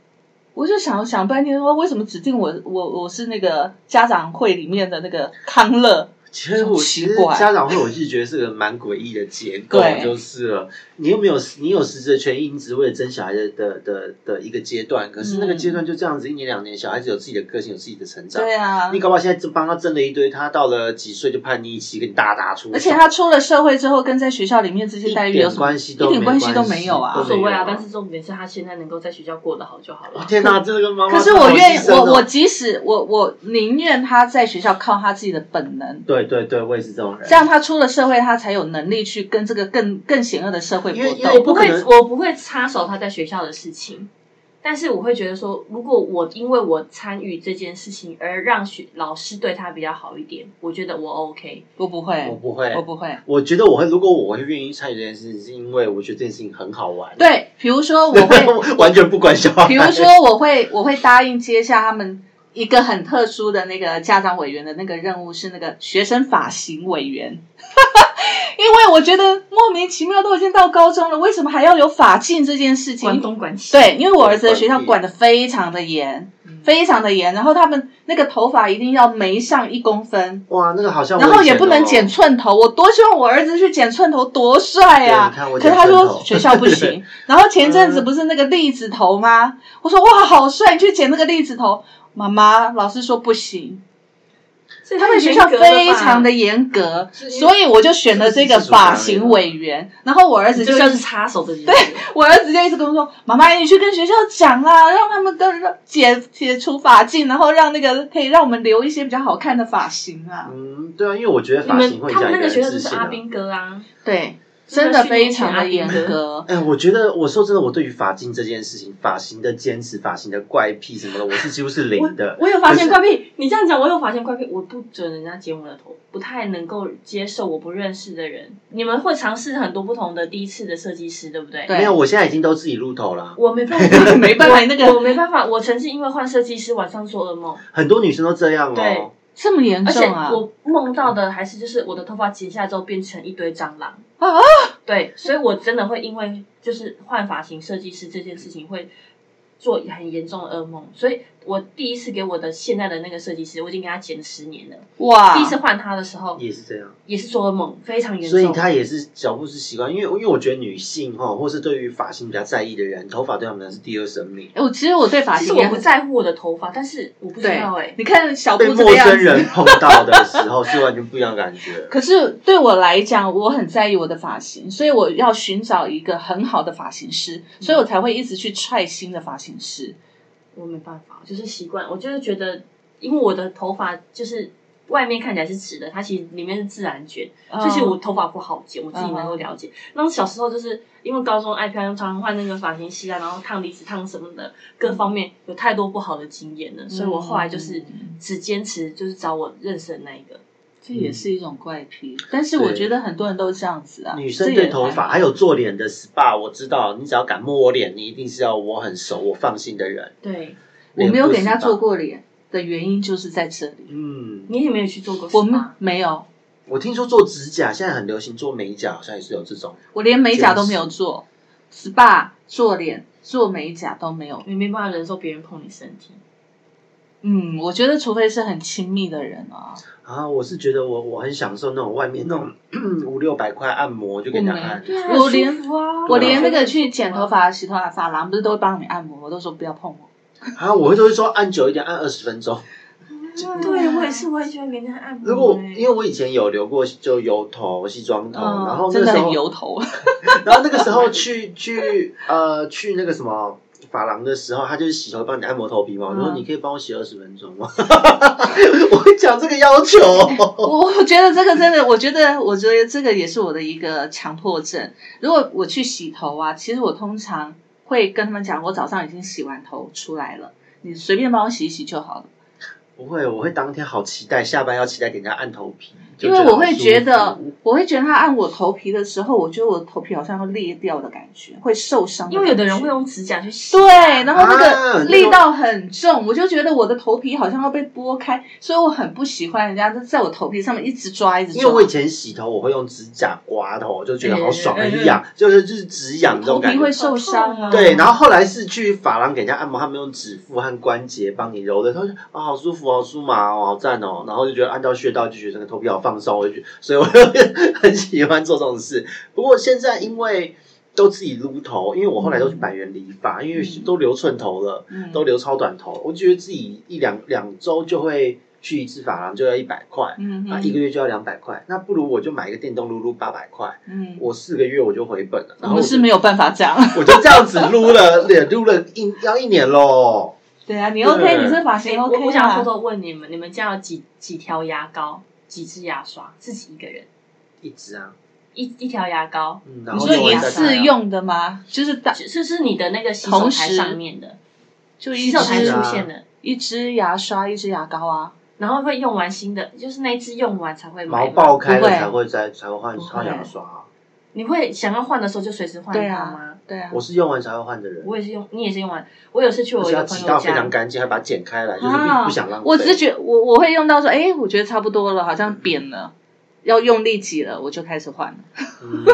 我就想想半天说为什么指定我我我是那个家长会里面的那个康乐，其实我奇其实怪家长会，我是觉得是个蛮诡异的结构，对就是了。你又没有你有实质的权益，你只是为了争小孩的的的的一个阶段，可是那个嗯阶段就这样子，一年两年，小孩子有自己的个性，有自己的成长。对啊你，搞不好现在正帮他争了一堆，他到了几岁就叛逆期，跟你大打出手，而且他出了社会之后，跟在学校里面这些一待遇有点什么关系都一点没关关系都没有啊都无没有所谓啊。但是重点是他现在能够在学校过得好就好了哦。天哪，这个妈妈可是好我牺愿意，牲我哦我即使我我宁愿他在学校靠他自己的本能，对对对，我也是这种人。这样他出了社会，他才有能力去跟这个更更险恶的社会因为搏因为我斗。不不可会能，我不会插手他在学校的事情，但是我会觉得说，如果我因为我参与这件事情而让学老师对他比较好一点，我觉得我 OK。我不我会，不会，我不会。我觉得我会，如果我会愿意参与这件事情，是因为我觉得这件事情很好玩。，对，比如说我 会，完全不管小孩。比如说我会，我会答应接下他们一个很特殊的那个家长委员的那个任务，是那个学生发型委员。 因为我觉得莫名其妙都已经到高中了，为什么还要有发禁这件事情管？东管西，对，因为我儿子的学校管的非常的严，非常的严。然后他们那个头发一定要没上一公分，哇，那个好像我以然前哦、后也不能剪寸头。我多希望我儿子去剪寸头，多帅对啊你！看我可剪是他寸说头嗯学校不行。然后前阵子不是那个栗子头吗？我说哇，好帅，你去剪那个栗子头。妈妈，老师说不行，所以他们学校非常的严格，所以我就选了这个发型委员。然后我儿子你就这一就直是插手这件事。我儿子就一直跟我说：“妈妈，你去跟学校讲啦，让他们跟让解解除发禁，然后让那个可以让我们留一些比较好看的发型啊。嗯，对啊，因为我觉得你发型们会他影们响一那个个学校人自就是信阿啊。兵哥啊，”对，真真的的非常的严训练格。哎，我觉得我说真的，我对于发型这件事情，发型的坚持、发型的怪癖什么的，我是几乎是零的。我有发现可怪癖，你这样讲，我有发现怪癖，我不准人家剪我的头，不太能够接受我不认识的人。你们会尝试很多不同的第一次的设计师，对不对？对，没有，我现在已经都自己入头了。我没办法 没办法那个我我没办法。我曾经因为换设计师晚上做噩梦，很多女生都这样哦对。这么严而且重啊！我梦到的还是就是我的头发剪下来之后变成一堆蟑螂啊！对，所以我真的会因为就是换发型设计师这件事情会做很严重的噩梦。所以我第一次给我的现在的那个设计师，我已经给他剪十年了。哇第一次换他的时候也是这样，也是做噩梦，非常严重。所以她也是脚步是习惯，因为因为我觉得女性哈，或是对于发型比较在意的人，头发对他们来说是第二生命。哎我其实我对发其实型我也不很在乎我的头发，但是我不知对道哎、。你看小被布这陌个样生子人，碰到的时候是完全不一样的感觉。可是对我来讲，我很在意我的发型，所以我要寻找一个很好的发型师，所以我才会一直去踹新的发型师。我没办法，就是习惯，我就是觉得，因为我的头发就是外面看起来是直的，它其实里面是自然卷，哦所以其实嗯我头发不好剪，我自己能够了解。那、小时候就是因为高中爱漂亮，常常换那个发型师啊，然后烫离子烫什么的，各方面有太多不好的经验了，所以我后来就是嗯只坚持就是找我认识的那一个。这嗯也是一种怪癖，但是我对觉得很多人都这样子啊。女这生也对头发还还有做脸的 SPA，我知道，你只要敢摸我脸，你一定是要我很熟、我放心的人。对，我没有给人家做过，过脸的原因就是在这里，嗯，你也没有去做过我是们吧没有，我听说做指甲现在很流行，做美甲好像也是有这种。我连美甲都没有做，SPA 做脸、做美甲都没有。你没办法忍受别人碰你身体。嗯，我觉得除非是很亲密的人啊，啊，我是觉得我我很享受那种外面那种 五六百块按摩就给人家按，对啊我连很舒服啊我连那个去剪头发、洗头发、发廊不是都会帮你按摩，我都说不要碰我。啊，我会都会说按久一点，按二十分钟。啊对我也是，我也喜欢给人家按摩欸。如果因为我以前有留过就油头、西装头，然后哦真那的时很候油头，然后那个时候去去呃去那个什么发廊的时候，他就是洗头帮你按摩头皮嘛。我说嗯你可以帮我洗二十分钟吗？我会讲这个要求。我我觉得这个真的，我觉得我觉得这个也是我的一个强迫症。如果我去洗头啊，其实我通常会跟他们讲，我早上已经洗完头出来了，你随便帮我洗一洗就好了。不会，我会当天好期待，下班要期待给人家按头皮，因为我会觉就得好舒服，我会觉得他按我头皮的时候，我觉得我头皮好像要裂掉的感觉，会受伤的感因觉。为有的人会用指甲去洗啊，对，然后那啊个那种力道很重，我就觉得我的头皮好像要被拨开，所以我很不喜欢人家就在我头皮上面一直抓，一直抓。因为我以前洗头，我会用指甲刮头，就觉得好爽，嗯嗯嗯很痒，就是就是止痒这头种感皮觉。会受伤啊。对，然后后来是去发廊给人家按摩，他们用指腹和哦关节帮你揉的，他说啊、好舒服，好酥麻哦，好赞哦，然后就觉得按到穴道就觉得那个头皮好放松，我就觉得 所以我就很喜欢做这种事。不过现在因为都自己撸头，因为我后来都去百元理发，因为嗯都留寸头了，嗯都留超短头，我就觉得自己一两两周就会去一次发廊，就要一百块。嗯啊，一个月就要两百块，那不如我就买一个电动撸撸八百块，嗯，我四个月我就回本了。我然后们就是没有办法这样。我就这样子撸了，也撸了一要一年喽。对啊，你对 OK，你这发型欸我 OK 啊我想偷偷问你们，你们家有几几条牙膏，几支牙刷？自己一个人一直啊，一一条牙膏，嗯，然你后说就会一再次看啊，用的吗？就是打是是你的那个洗手同台时上面的就洗一手台是支出啊现的，一支牙刷，一支牙膏啊。然后会用完新的，就是那一支用完才会买毛吗爆开不了会才会再才会换不会换牙刷啊。你会想要换的时候就随时换对它啊吗？对啊我，是用完才会换的人，我也是用，你也是用完。我有次去而我且一要个挤朋到友非常家，干净，还把它剪开来，就是啊不不想浪费。我只是觉我我会用到说，哎，我觉得差不多了，好像扁了，要用力挤了，我就开始换了。嗯，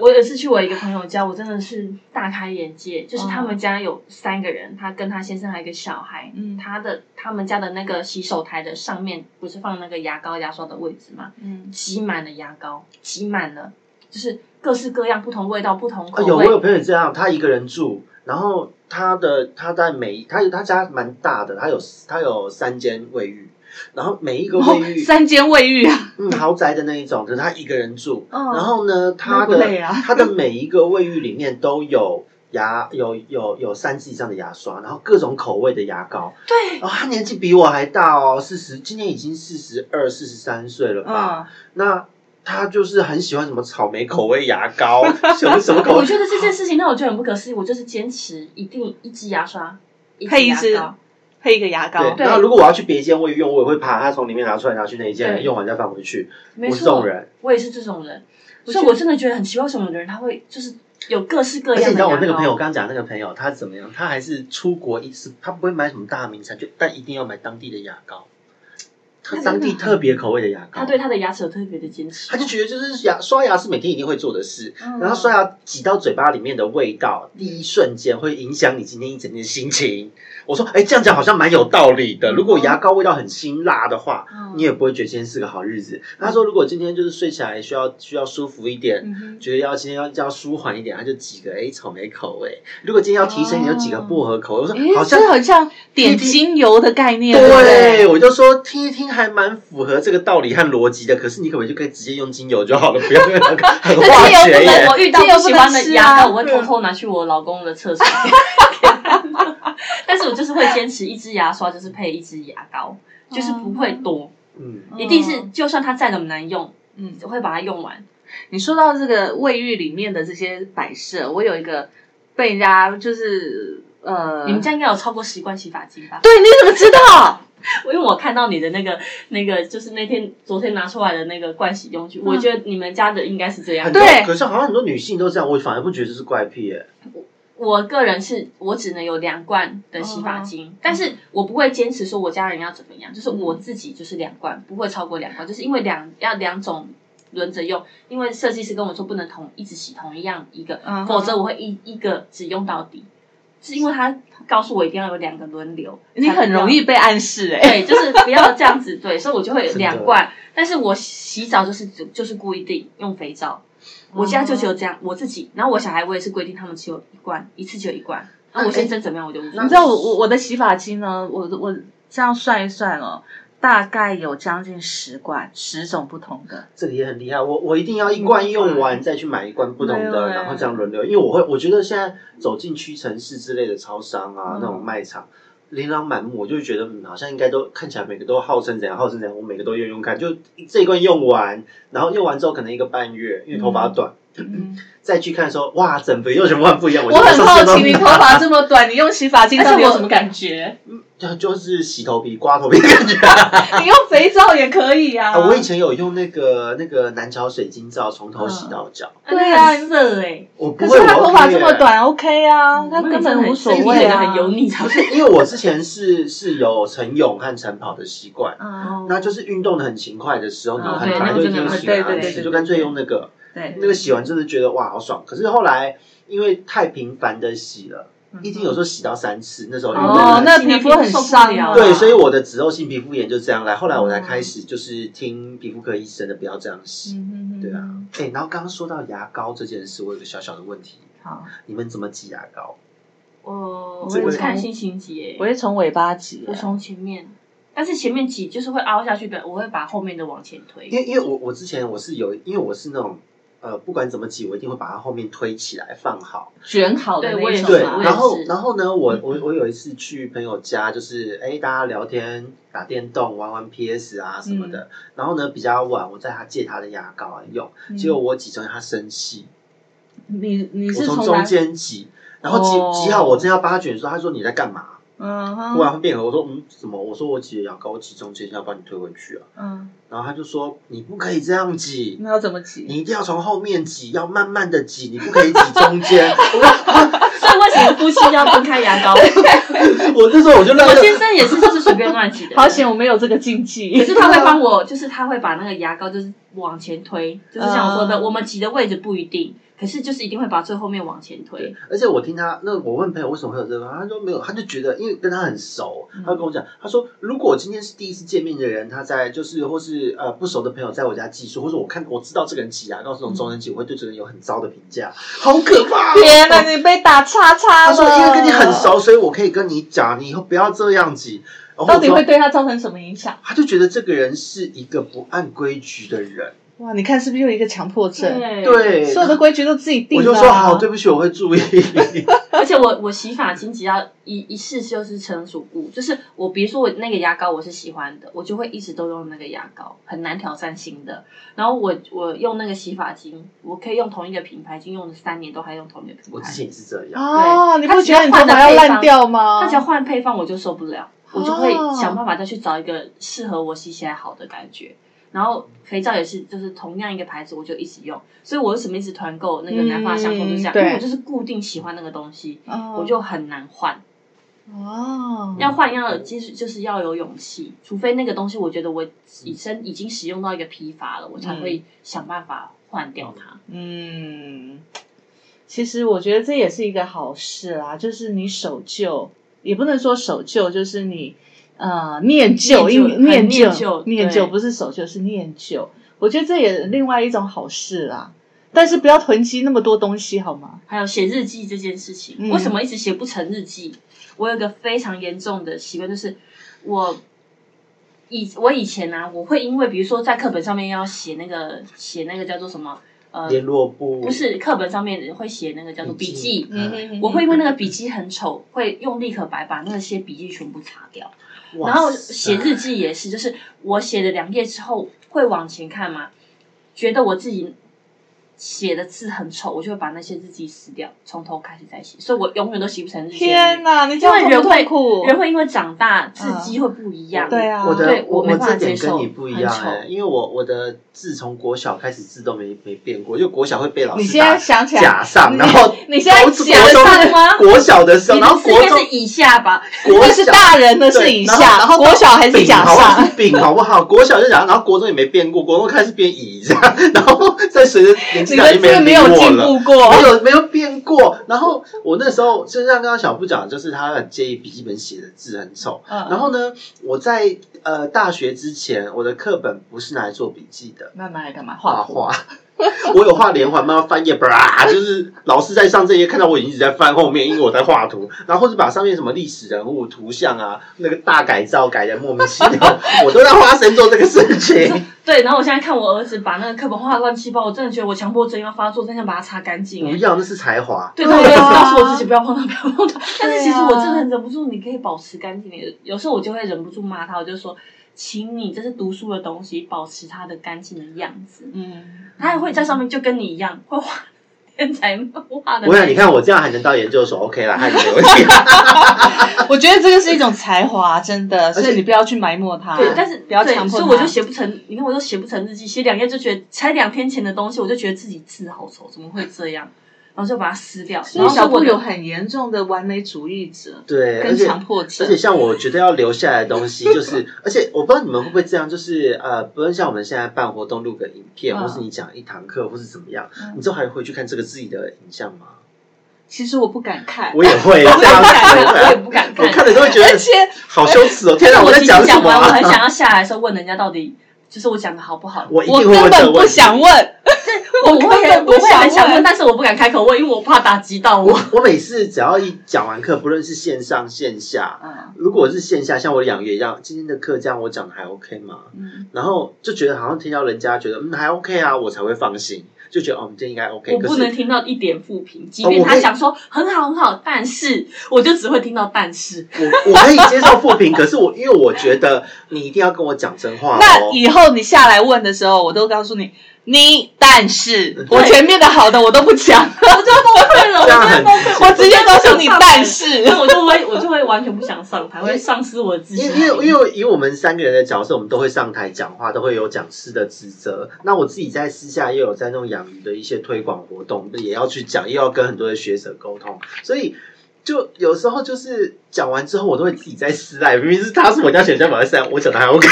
我有一次去我一个朋友家，我真的是大开眼界。就是他们家有三个人，他跟他先生还有一个小孩。嗯他的他们家的那个洗手台的上面不是放那个牙膏牙刷的位置吗？嗯，挤满了牙膏，挤满了，就是各式各样、不同味道、不同啊口有我味。有朋友这样，他一个人住，然后他的他在每他他家蛮大的，他有他有三间卫浴，然后每一个卫浴、哦三间卫浴啊，嗯豪宅的那一种，可是他一个人住，嗯然后呢，他不的累啊 他的每一个卫浴里面都有牙，有有有三支以上的牙刷，然后各种口味的牙膏。对，哦，他年纪比我还大哦，四十，今年已经四十二、四十三岁了吧？嗯，那他就是很喜欢什么草莓口味牙膏，什么什么口我味。觉得这件事情让我觉得很不可思议。我就是坚持一定一支牙刷，一支配一牙支膏。配一个牙膏对，，然后如果我要去别间卫浴用，我也会怕他从里面拿出来，拿去那一间对用完再放回去。没我错，是这种人，我也是这种人，我所以觉得我真的觉得很奇怪，为什么有的人他会就是有各式各而且样你的哦牙知道膏。我那个朋友，我刚刚讲那个朋友，他怎么样？他还是出国一次，他不会买什么大名产，就但一定要买当地的牙膏，他那真的当地很特别口味的牙膏。他对他的牙齿有特别的坚持他。就觉得就是牙刷牙是每天一定会做的事，嗯然后刷牙挤到嘴巴里面的味道，第一瞬间会影响你今天一整天的心情。我说，哎，这样讲好像蛮有道理的。嗯如果牙膏味道很辛辣的话，嗯你也不会觉得今天是个好日子。他说，如果今天就是睡起来需要需要舒服一点，嗯哼觉得要今天要要舒缓一点，他就挤个哎草莓口味；如果今天要提升，你就挤个薄荷口味。我哦诶说好像这好像点精油的概念，不对，我就说听一听还蛮符合这个道理和逻辑的。可是你可不可以就可以直接用精油就好了，不要用那个很化精油学 不能耶我？我遇到不喜欢的牙膏，嗯这个不能吃啊我会偷偷拿去我老公的 厕所。但是我就是会坚持一支牙刷就是配一支牙膏，就是不会多，嗯，嗯一定 Oh, 是就算它再怎么难用，嗯。我会把它用完。你说到这个卫浴里面的这些摆设，我有一个被人家就是呃，嗯你们家应该有超过十罐洗发精吧？对，你怎么知道？ 因为我看到你的那个那个，就是那天昨天拿出来的那个盥洗用具，我觉得你们家的应该是这样很。多嗯对可是好像很多女性都这样，我反而不觉得这是怪癖耶。我个人是我只能有两罐的洗发精，嗯但是我不会坚持说我家人要怎么样，就是我自己就是两嗯罐，不会超过两罐，就是因为两要两种轮着用，因为设计师跟我说不能同一直洗同一样一个，嗯哼否则我会一一个只用到底，是因为他告诉我一定要有两个轮流，你很容易被暗示 哎、对，就是不要这样子，对，所以我就会有真的两罐，但是我洗澡就是就是规定用肥皂，我家就只有这样，我自己，然后我小孩我也是规定他们只有一罐，一次只有一罐，那我先生怎么样我就无所你谓知。道我我我的洗发精呢，我我这样算一算哦，大概有将近十罐，十种不同的。这个也很厉害，我我一定要一罐用嗯完再去买一罐不同没有的，耶然后这样轮流，因为我会我觉得现在走进屈臣氏之类的超商啊，嗯那种卖场。琳琅满目，我就会觉得、嗯、好像应该都看起来每个都号称怎样，号称怎样，我每个都用用看，就这一罐用完，然后用完之后可能一个半月，因为头发短，嗯、 再去看说哇，整个又全部换不一样。我就很上次好奇，弄你头发这么短，你用洗发精而且到底有我什么 感觉？就就是洗头皮、刮头皮的感觉。 你用肥皂也可以啊。啊我以前有用那个那个南桥水晶皂，从头洗到脚。对啊，啊很色哎，我不嗯可会，是他我头发 OK 这耶么。短，OK 啊，他那你真根的本很无所你谓真的啊。很油腻，才不会。是，因为我之前是是有晨泳和晨跑的习惯，嗯，那就是运动的很勤快的时候，你啊很对快那就个已真经的会洗了对安对洗，对就干脆用那个对，那个洗完真的觉得哇好爽。可是后来因为太频繁的洗了，一天有时候洗到三次，那时候郁闷嗯哦，了。那皮肤很伤啊。对，所以我的脂漏性皮肤炎就这样来。后来我才开始就是听皮肤科医生的，不要这样洗。嗯对啊，哎、然后刚刚说到牙膏这件事，我有个小小的问题，好，你们怎么挤牙膏？我这个我是看心情挤耶，我是从尾巴挤我的，从前面，但是前面挤就是会凹下去的，我会把后面的往前推因。为因为我我之前我是有，因为我是那种呃，不管怎么挤，我一定会把它后面推起来放好。卷好的对那一我种对，也是嘛。然后然后呢，我嗯我我有一次去朋友家，就是哎，大家聊天、打电动、玩玩 PS 啊什么的。然后呢，比较晚，我在他借他的牙膏来用，嗯结果我挤中间，他生气，你你我是从哪中？间挤，然后挤、哦挤好，我正要把他卷说，他说你在干嘛？嗯忽哼，然变了，我说嗯什么？我说我挤了牙膏，我挤中间，要把你推回去啊。嗯，然后他就说你不可以这样挤，那要怎么你挤？一定要从后面挤，要慢慢的挤，你不可以挤中间。 我说 所以为什么夫妻要分开牙膏？我那时候我就愣我了，先生也是就是随便乱 挤的。好险我没有这个禁忌可。是他会帮我，啊就是他会把那个牙膏就是往前推，就是像我说的，嗯我们挤的位置不一定，可是就是一定会把最后面往前推对。，而且我听他那我问朋友为什么会有这个，他说没有，他就觉得因为跟他很熟，他就跟我讲，他说如果今天是第一次见面的人，他在就是或是呃不熟的朋友在我家寄宿，或者我看我知道这个人挤牙膏是种中人挤，我会对这个人有很糟的评嗯价，好可怕、哦！天哪，你被打叉叉他了！说因为跟你很，熟，所以我可以跟你讲，你以后不要这样挤。然后到我底说会对他造成什么影响？他就觉得这个人是一个不按规矩的人，哇，你看是不是又一个强迫症？对，对，所有的规矩都自己定我的啊。就说好，对不起，我会 注意。而且我我洗发精只要一一试就是成主顾，就是我比如说我那个牙膏我是喜欢的，我就会一直都用那个牙膏，很难挑战新的。然后我我用那个洗发精，我可以用同一个品牌，已经用了三年都还用同一个品我之牌。前也是这样。哦，你他不只觉要得你头换发了要配烂方掉吗？那只要换配方我就受不了，我就会哦想办法再去找一个适合我洗起来好的感觉。然后肥皂也是，就是同样一个牌子，我就一直用。所以我为什么一直团购那个南发香风就是这样，嗯对因为我就是固定喜欢那个东西，哦我就很难换。哦，要换要有其实就是要有勇气，除非那个东西我觉得我已身已经使用到一个疲乏了，我才会想办法换掉它。嗯，其实我觉得这也是一个好事啦，就是你守旧，也不能说守旧，就是你呃念念旧，旧因为很念旧旧念对旧不是守旧，是念旧。我觉得这也另外一种好事啦，但是不要囤积那么多东西好吗？还有写日记这件事情，嗯为什么一直写不成日记？我有一个非常严重的习惯，就是我以我以前啊，我会因为比如说在课本上面要写那个写那个叫做什么呃， 联络部不是课本上面会写那个叫做笔记，嗯哼我会因为那个笔记很丑，会用立可白把那些笔记全部擦掉。哇然后塞写日记也是，就是我写了两页之后会往前看嘛，觉得我自己写的字很丑，我就会把那些日记撕掉，从头开始再写，所以我永远都写不成日记。天哪！哪，你这因为样痛人不会痛苦？哦嗯人会因为长大字迹会不一样，对啊，我的对我我没办法这点接受跟你不一样很哎、丑因为我我的字从国小开始字都没没变过，就国小会被老师你现在打想起来假上，你然后你现在国中假上吗国小的时候，你然后的字国应该中是以下吧？国那小是大人的是对以然后下，然后国小还是丙假好不好上是？丙好不好？国小就假上，然后国中也没变过，国中开始变乙这样，然后再随着年纪你大的就没字人没理有我进了。步过没，有没有变过，然后我那时候就像刚刚小布讲，就是他很介意笔记本写的字很丑，嗯然后呢，我在呃大学之前，我的课本不是拿来做笔记的，那拿来干嘛？画画图。画。我有画连环漫翻页，啪，就是老师在上这页看到我已经一直在翻后面，因为我在画图，然后或者把上面什么历史人物图像啊，那个大改造改的莫名其妙，我都在花神做这个事情。对，然后我现在看我儿子把那个课本画得乱七八糟，我真的觉得我强迫症要发作，真想把它擦干净不欸。要，那是才华。对，对但我一直啊告诉我自己不要碰它，不要碰它。但对是啊其实我真的很忍不住，你可以保持干净的。有有时候我就会忍不住骂他，我就说：“请你，这是读书的东西，保持它的干净的样子。嗯”，他也会在上面就跟你一样会画天才画的。我想你看我这样还能到研究所，OK 啦，还没问题。我觉得这个是一种才华， 真的，所而以且你不要去埋没它，对，但是不要对强迫所它。以我就写不成。你看，我都写不成日记，写两页就觉得才两天前的东西，我就觉得自己字好丑，怎么会这样？然后就把它撕掉。所然以后小我布的有很严重的完美主义者对，而跟且强迫而且症。像我觉得要留下来的东西， 就是，而且我不知道你们会不会这样，就是呃，不论像我们现在办活动录个影片，嗯或是你讲一堂课，或是怎么样，嗯 你之后还会去看这个自己的影像吗？其实我不敢看，我也会这我也样不子敢看，我也对不敢我看，看了都会觉而得且好羞耻哦！天哪，我在其实讲什讲么完，我很啊？想要下来的时候问人家到底，就是我讲的好不 好。我一我定会问根这本个不问题。想问，我根会本我不会很想问，问。但是我不敢开口问，因为我怕打击到我我。我每次只要一讲完课，不论是线上线下，嗯如果是线下，像我两个月一样，今天的课这样我讲的还 OK 吗？嗯，然后就觉得好像听到人家觉得嗯还 OK 啊，我才会放心，就觉得哦，我们今天应该 OK。我可不是能听到一点负评，即哦便我他会讲说很好很好，但是我就只会听到但是。我我可以接受负评，可是我因为我觉得你一定要跟我讲真话 那哦。以后你下来问的时候，我都告诉你，你但是我前面的好的我都不讲， 我就崩溃了，我这真样的很崩溃， 我直接告诉你我真的不想上台但是所以我就会我 就会完全不想上台，会丧失我的自 因信为因为心。因为以我们三个人的角色，我们都会上台讲话，都会有讲师的职责。那我自己在私下也有在弄养鱼的一些推广活动，也要去讲，又要跟很多的学者沟通，所以。就有时候就是讲完之后，我都会自己在私赖，明明是他是我家选项，我在私赖，我讲的还 OK，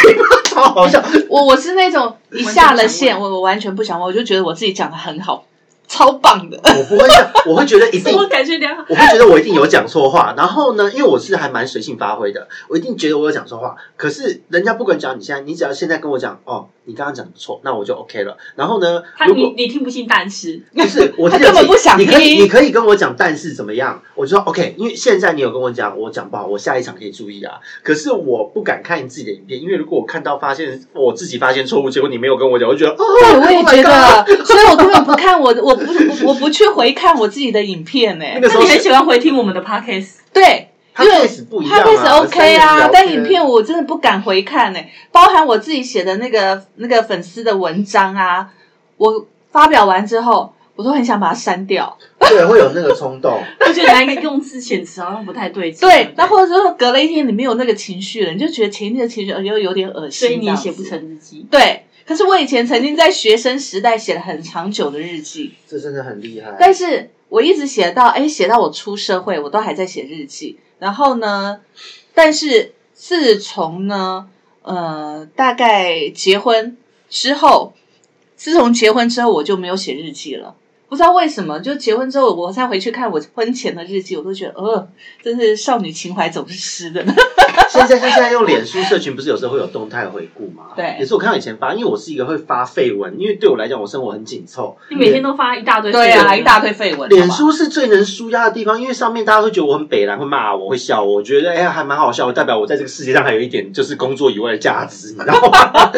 超 好笑。我我是那种一下了线，我我完全不想问，我就觉得我自己讲的很好，超棒的。我不会这样，我会觉得一定是 我感觉良好。我会觉得我一定有讲错话，然后呢，因为我是还蛮随性发挥的，我一定觉得我有讲错话。可是人家不管讲你现在，你只要现在跟我讲哦，你刚刚讲的不错，那我就 OK 了。然后呢，他如你果你听不信但是，不 是我他这个根本是不想你可以听你可以跟我讲，但是怎么样？我就说 OK，因为现在你有跟我讲，我讲不好，我下一场可以注意啊。可是我不敢看自己的影片，因为如果我看到发现我自己发现错误，结果你没有跟我讲，我就觉得哦， 对，我也 Oh my 觉得，所以我根本不看我，我不我我不去回看我自己的影片呢、那个那时候你很是喜欢回听我们的 podcast，对，他因为开始不一样、他啊，开始 OK 啊，但影片我我真的不敢回看呢、包含我自己写的那个那个粉丝的文章啊，我发表完之后，我都很想把它删掉。对会有那个冲动。我觉得那个用字遣词好像不太对劲。对，那然后或者说隔了一天你没有那个情绪了，你就觉得前一天的情绪呃又有点恶所心，以你也这样子写不。成日记。对，可是我以前曾经在学生时代写了很长久的日记，这真的很厉害。但是我一直写到哎，写到我出社会，我都还在写日记。然后呢，但是自从呢，呃，大概结婚之后，自从结婚之后，我就没有写日记了。不知道为什么，就结婚之后，我再回去看我婚前的日记，我都觉得，呃，真是少女情怀总是湿的。现在像现在用脸书社群，不是有时候会有动态回顾吗？对也是我看到以前发，因为我是一个会发绯闻，因为对我来讲，我生活很紧凑。你每天都发一大堆， 对 啊，一大。堆绯闻。脸好吧书是最能舒压的地方，因为上面大家会觉得我哦很北蓝，会骂我，会笑我，我觉得哎、呀还蛮好笑，代表我在这个世界上还有一点就是工作以外的价值，你知 道吗？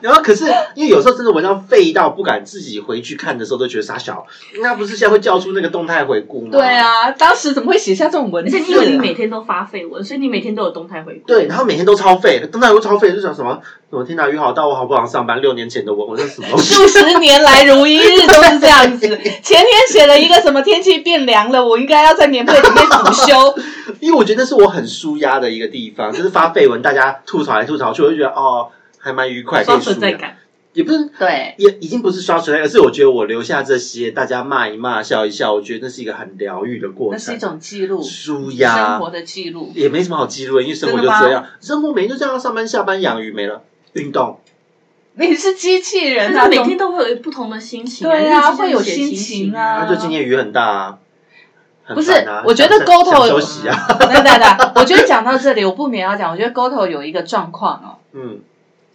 然后可是因为有时候真的文章废到不敢自己回去看的时候，都觉得傻小，那不是现在会叫出那个动态回顾吗？对。啊，当时怎么会写下这种文而字啊且？因为你每天都发绯闻，所以你每天都有动态回顾。对，然后每天都超废，动态回顾超废，就想什么什么天哪，约好到我好不想上班，六年前的我，我说什么东西？数十年来如一日都是这样子。前天写了一个什么天气变凉了，我应该要在年会里面补休。因为我觉得那是我很舒压的一个地方，就是发绯闻，大家吐槽来吐槽去，我就觉得哦，还蛮愉快，可刷以舒存在压。感，也不是， 对，也已经不是刷存在感，而是我觉得我留下这些，大家骂一骂，笑一笑，我觉得那是一个很疗愈的过那是一程，种记录，舒生压活，的记录。也没什么好记录的，因为生活就真的吗这样，生活每天就这样，上班、下班、养鱼没了，运动。你是机器但人啊，是每懂天都会有不同的心情。对啊你就是会有写心心情啊那就今天雨很大啊，很不是烦啊我觉得想沟通想休息啊， 对对对， 我觉得讲到这里，我不免要讲，我觉得 Goto 有一个状况哦，嗯，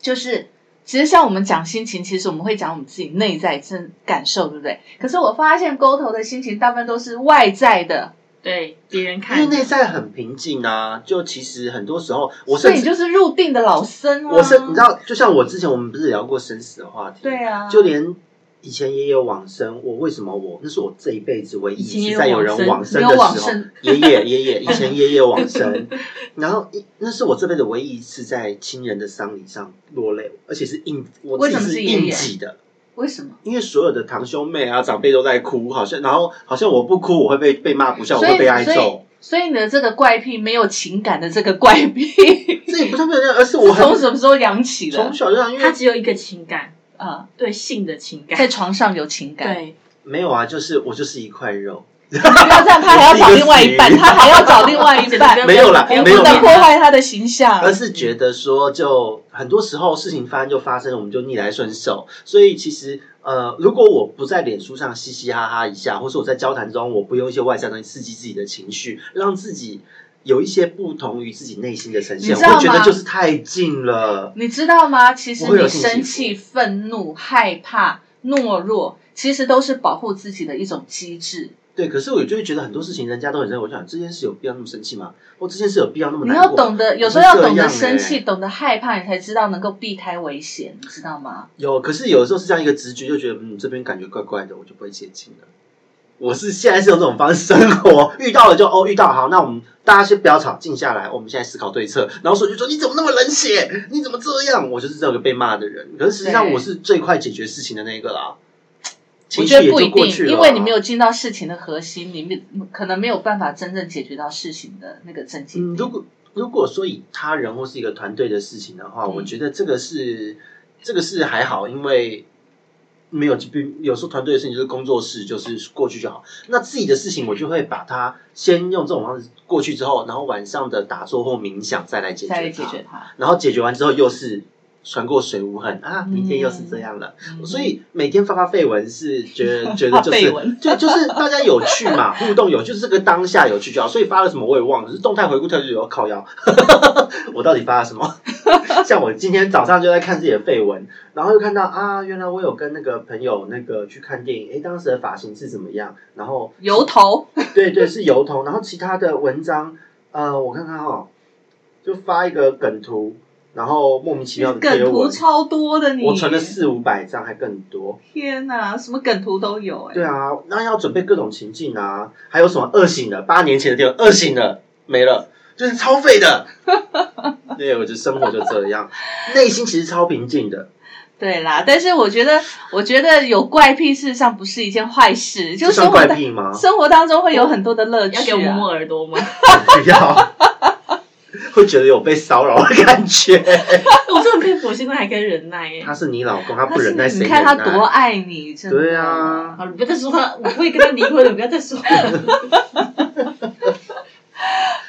就是其实像我们讲心情，其实我们会讲我们自己内在真感受，对不对？可是我发现 Goto 的心情大部分都是外在的，对别人因看为内在很平静啊，就其实很多时候，我所甚以至你就是入定的老僧啊。我是你知道，就像我之前我们不是聊过生死的话题，对啊，就连以前也有往生，我为什么我那是我这一辈子唯以前一也一有次在有人往生没的有往时候生，爷爷爷 爷以前爷爷往生，然后一那是我这辈子唯一一次在亲人的丧礼上落泪，而且是应我为自什己么是是爷爷应急的。为什么？因为所有的堂兄妹啊、长辈都在哭，好像然后好像我不哭我会被被骂不孝，我所以会被挨所以揍。所以你的这个怪癖没有情感的这个怪癖，这也不是没有那，而是 我是从很什么时候养起的从？小就这样，因为他只有一个情感，啊，对性的情在感，床上有情感，对没有啊，就是我就是一块肉，不要这样，他还要找另外 一半，他还要找另外一半，没有啦，我我们没不有啦能破坏他的形 象而。是觉得说，就很多时候事情发生就发生，我们就逆来顺受。所以其实呃，如果我不在脸书上嘻嘻哈哈一下，或是我在交谈中，我不用一些外向东西刺激自己的情绪，让自己有一些不同于自己内心的呈现，你知道吗我觉得就是太近了。你知道吗？其实我会有你信息生气、愤怒、害怕、懦弱，其实都是保护自己的一种机制。对，可是我就会觉得很多事情人家都很认为，我想这件事有必要那么生气吗？或这件事有必要那么你难要过？懂得，有时候要懂这得样生气，欸懂得害怕，你才知道能够避开危险，你知道吗？有，可是有时候是这样一个直觉，就觉得嗯，这边感觉怪怪的，我就不会接近了。我是现在是用这种方式生活， 遇到了就哦，遇到好，那我们大家先不要吵，静下来，我们现在思考对策。然后所以就说你怎么那么冷血，你怎么这样？我就是这个被骂的人，可是实际上对我是最快解决事情的那个啦。我情绪觉得也不一就过定去，了，啊因为你没有进到事情的核心，你没可能没有办法真正解决到事情的那个症结嗯，点。如果如果说以他人或是一个团队的事情的话，嗯我觉得这个是这个是还好，因为没有比有时候团队的事情就是工作室，就是过去就好。那自己的事情，我就会把它先用这种方式过去之后，然后晚上的打坐或冥想再来解决再它来解决它。然后解决完之后又是船过水无痕啊，明天又是这样了。嗯所以每天发发绯闻是觉得觉得就 发绯是闻就就是大家有趣 嘛，互动有趣，就是这个当下有趣就好。所以发了什么我也忘了，就是动态回顾特就有靠腰， 我到底发了什 么？像我今天早上就在看自己的绯闻，然后就看到啊，原来我有跟那个朋友那个去看电影，诶，当时的发型是怎么样？然后油头，对对是油头，然后其他的文章呃，我看看哦，就发一个梗图，然后莫名其妙的贴梗图文。超多的你，我存了四五百张，还更多。天哪，什么梗图都有哎、对啊，那要准备各种情境啊，还有什么恶醒的？八年前的电影恶醒的没了，就是超废 的。对，我觉得生活就这样，内心其实超平静的，对啦，但是我觉得，我觉得有怪癖事实上不是一件坏事，就这生算活怪当癖啊吗？生活当中会有很多的乐要给趣、我摸摸啊。耳朵吗？不要， 会觉得有被骚扰的感觉。 我真的很佩服，我现在还可以忍耐耶他。是你老公，他不忍耐谁你忍看耐？他多爱你，真的。对啊，好，你不要再说他，我不会跟他离婚了，不要再说 了。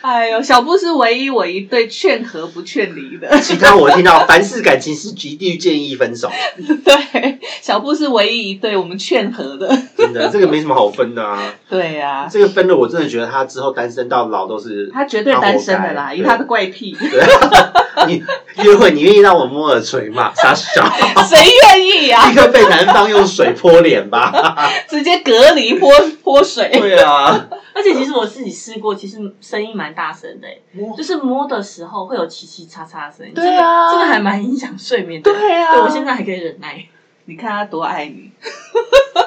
哎呦，小布是唯一我一对劝和不劝离的。其他我听到，凡是感情是极力建议分手， 对，小布是唯一一对我们劝和的。真的，这个没什么好分的啊。对呀、这个分了，我真的觉得他之后单身到老都是他绝对单身的啦，对以他的怪癖， 对， 你约会你愿意让我摸耳垂吗？傻 笑，谁愿意呀、 立刻被男方用水泼脸吧。直接隔离泼 泼水。对啊，而且其实我自己试过，其实声音蛮大声的耶，就是摸的时候会有奇奇叉叉的声音。对啊这个这个还蛮影响睡眠的。对啊对我现在还可以忍耐。你看他多爱你，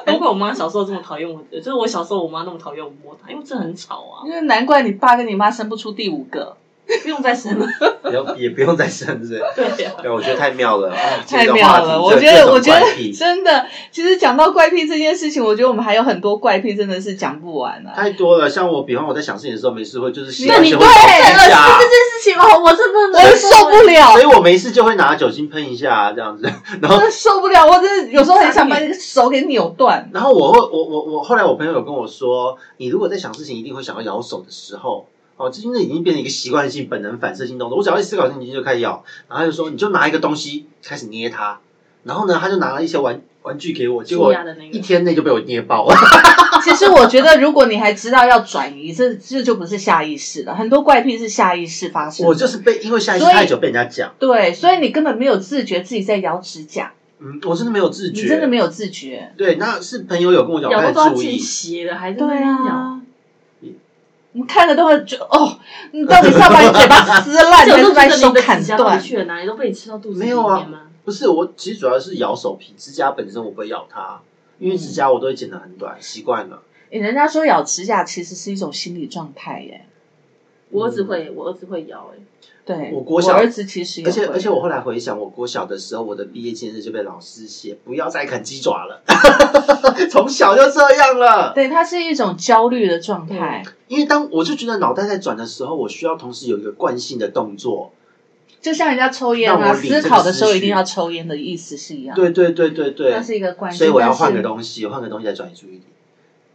难怪我妈小时候这么讨厌我，呃就是我小时候我妈那么讨厌我摸她，因为这很吵啊，因为难怪你爸跟你妈生不出第五个。不用再生了。不要也不用再生，是不是？对啊，对，我觉得太妙 了，啊太这个话妙题这了！我觉得，这我种觉怪得癖真的，其实讲到怪癖这件事情，我觉得我们还有很多怪癖，真的是讲不完啊。太多了。像我，比方我在想事情的时候，没事会就是洗那完你就 对会喷一下这件事情哦，我真的我受不了所，以我没事就会拿酒精喷一下这样子，然后真的受不了，我真的有时候很想把那个手给扭断。然后我会，我我我后来我朋友有跟我说，你如果在想事情一定会想要咬手的时候，哦，这因为已经变成一个习惯性、本能反射性动作。我只要一思考事情就开始咬，然后他就说你就拿一个东西开始捏它，然后呢，他就拿了一些玩玩具给我，结蛀果牙的那一个，天内就被我捏爆了。其实我觉得，如果你还知道要转移，这这就不是下意识了。很多怪癖是下意识发生的，我就是被因为下一次所以太久被人家讲，对，所以你根本没有自觉自己在咬指甲，嗯，我真的没有自你觉，真的没有自觉。对，那是朋友有跟我讲，我咬都开始都要注进意。血了，还在那对边咬。啊，你看了都会觉得哦，你到底是要把你嘴巴撕 烂，而且还我是都觉把得手你的砍指甲到断底？去了哪里，都被你吃到肚子里没有啊面吗？不是我，其实主要是咬手皮，指甲本身我不会咬它，因嗯为指甲我都会剪得很短，习惯了。诶人家说咬指甲其实是一种心理状态耶。我儿嗯子会，我儿子会咬哎、对，我国小儿子其实也而且会而且我后来回想，我国小的时候，我的毕业纪念日就被老师写不要再啃鸡爪了， 从小就这样了。对，它是一种焦虑的状态，因为当我就觉得脑袋在转的时候，我需要同时有一个惯性的动作。就像人家抽烟让啊，我理这思个考的时候思绪一定要抽烟的意思是一样的。对对对对对啊那，是一个关系。所以我要换个但是东西，换个东西来转移注意力。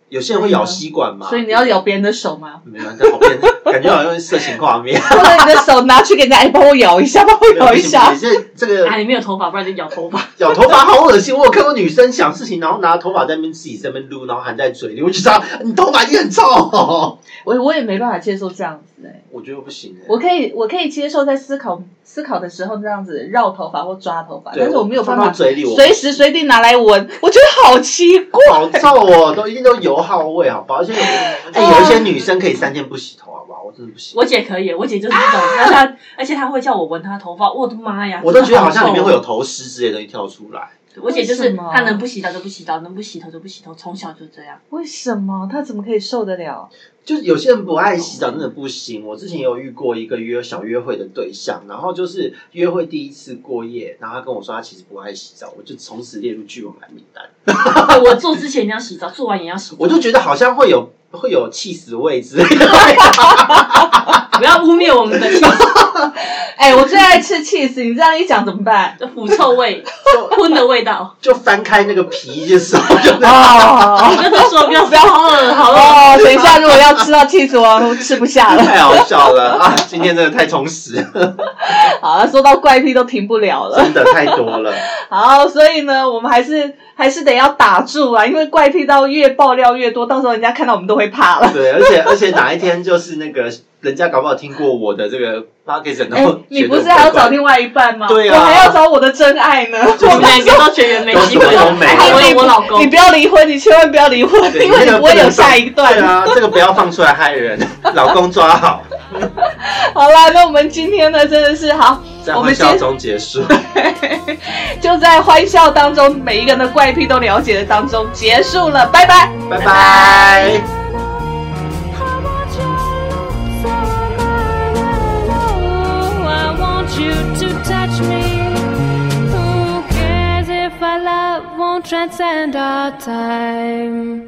有些人会咬吸管嘛，所以你要咬别人的手吗？没有，啊这好变，感觉好像是色情画 面。或者你的手拿去给人家，哎，帮我咬一下，帮我咬一下哎不。行，不行这这啊，个你没有头发，不然就咬头发。咬头发好恶心。我有看过女生想事情，然后拿头发在那边自己在那边撸，然后含在嘴里，我就知道你头发一定很臭。我我也没办法接受这样子哎、我觉得不行、欸，我可以我可以接受在思考思考的时候这样子绕头发或抓头发，对但是我没有办放法到嘴里我随时随地拿来闻，我觉得好奇怪。好臭哦，都一定都油耗味，好不好？而且有哎、有一些女生可以三天不洗头，好不好？我真的不行，我姐可以，我姐就是这种，啊而且她而且她会叫我闻她头发，我的哦妈呀！我都觉得好像里面会有头虱之类的东西跳出来。有。我姐就为是什么她能不洗澡就不洗澡，能不洗头就不洗头，从小就这样。 为什么他怎么可以受得了？就是有些人不爱洗澡真的不行。我之前有遇过一个约小约会的对象，然后就是约会第一次过夜，然后他跟我说他其实不爱洗澡，我就从此列入拒往来名单。我做之前一定要洗澡，做完也要洗澡。我就觉得好像会有会有气死味之类的。不要污蔑我们的气质哎、我最爱吃 cheese，你这样一讲怎么办？腐臭 味、荤的味道。 就翻开那个皮的时候，就哦你跟她说不要，不要，好恶好恶。 哦，等一下，如果要吃到 cheese，我吃不下了。太好笑了啊！今天真的太充实 了，好，说到怪癖都停不了了。真的太多了。好，所以呢，我们还是还是得要打住啊，因为怪癖到越爆料越多，到时候人家看到我们都会怕了。对，而且而且哪一天就是那个人家搞不好听过我的这个 p o c k e t 然哎、后你不是还要找另外一半吗？对啊我还要找我的真爱呢。我们两个都觉得没机会都 了，没还有啊我老公你。不要离婚，你千万不要离婚，对因为你不会有下一段。对啊，这个不要放出来害人，老公抓 好，好啦，那我们今天呢，真的是好，在我欢们笑今中结 束。就在欢笑当中，每一个人的怪癖都了解的当中结束了，拜拜。拜拜。 I want you, so am I. Oh, I want you to touch me. Who cares if our love won't transcend our time?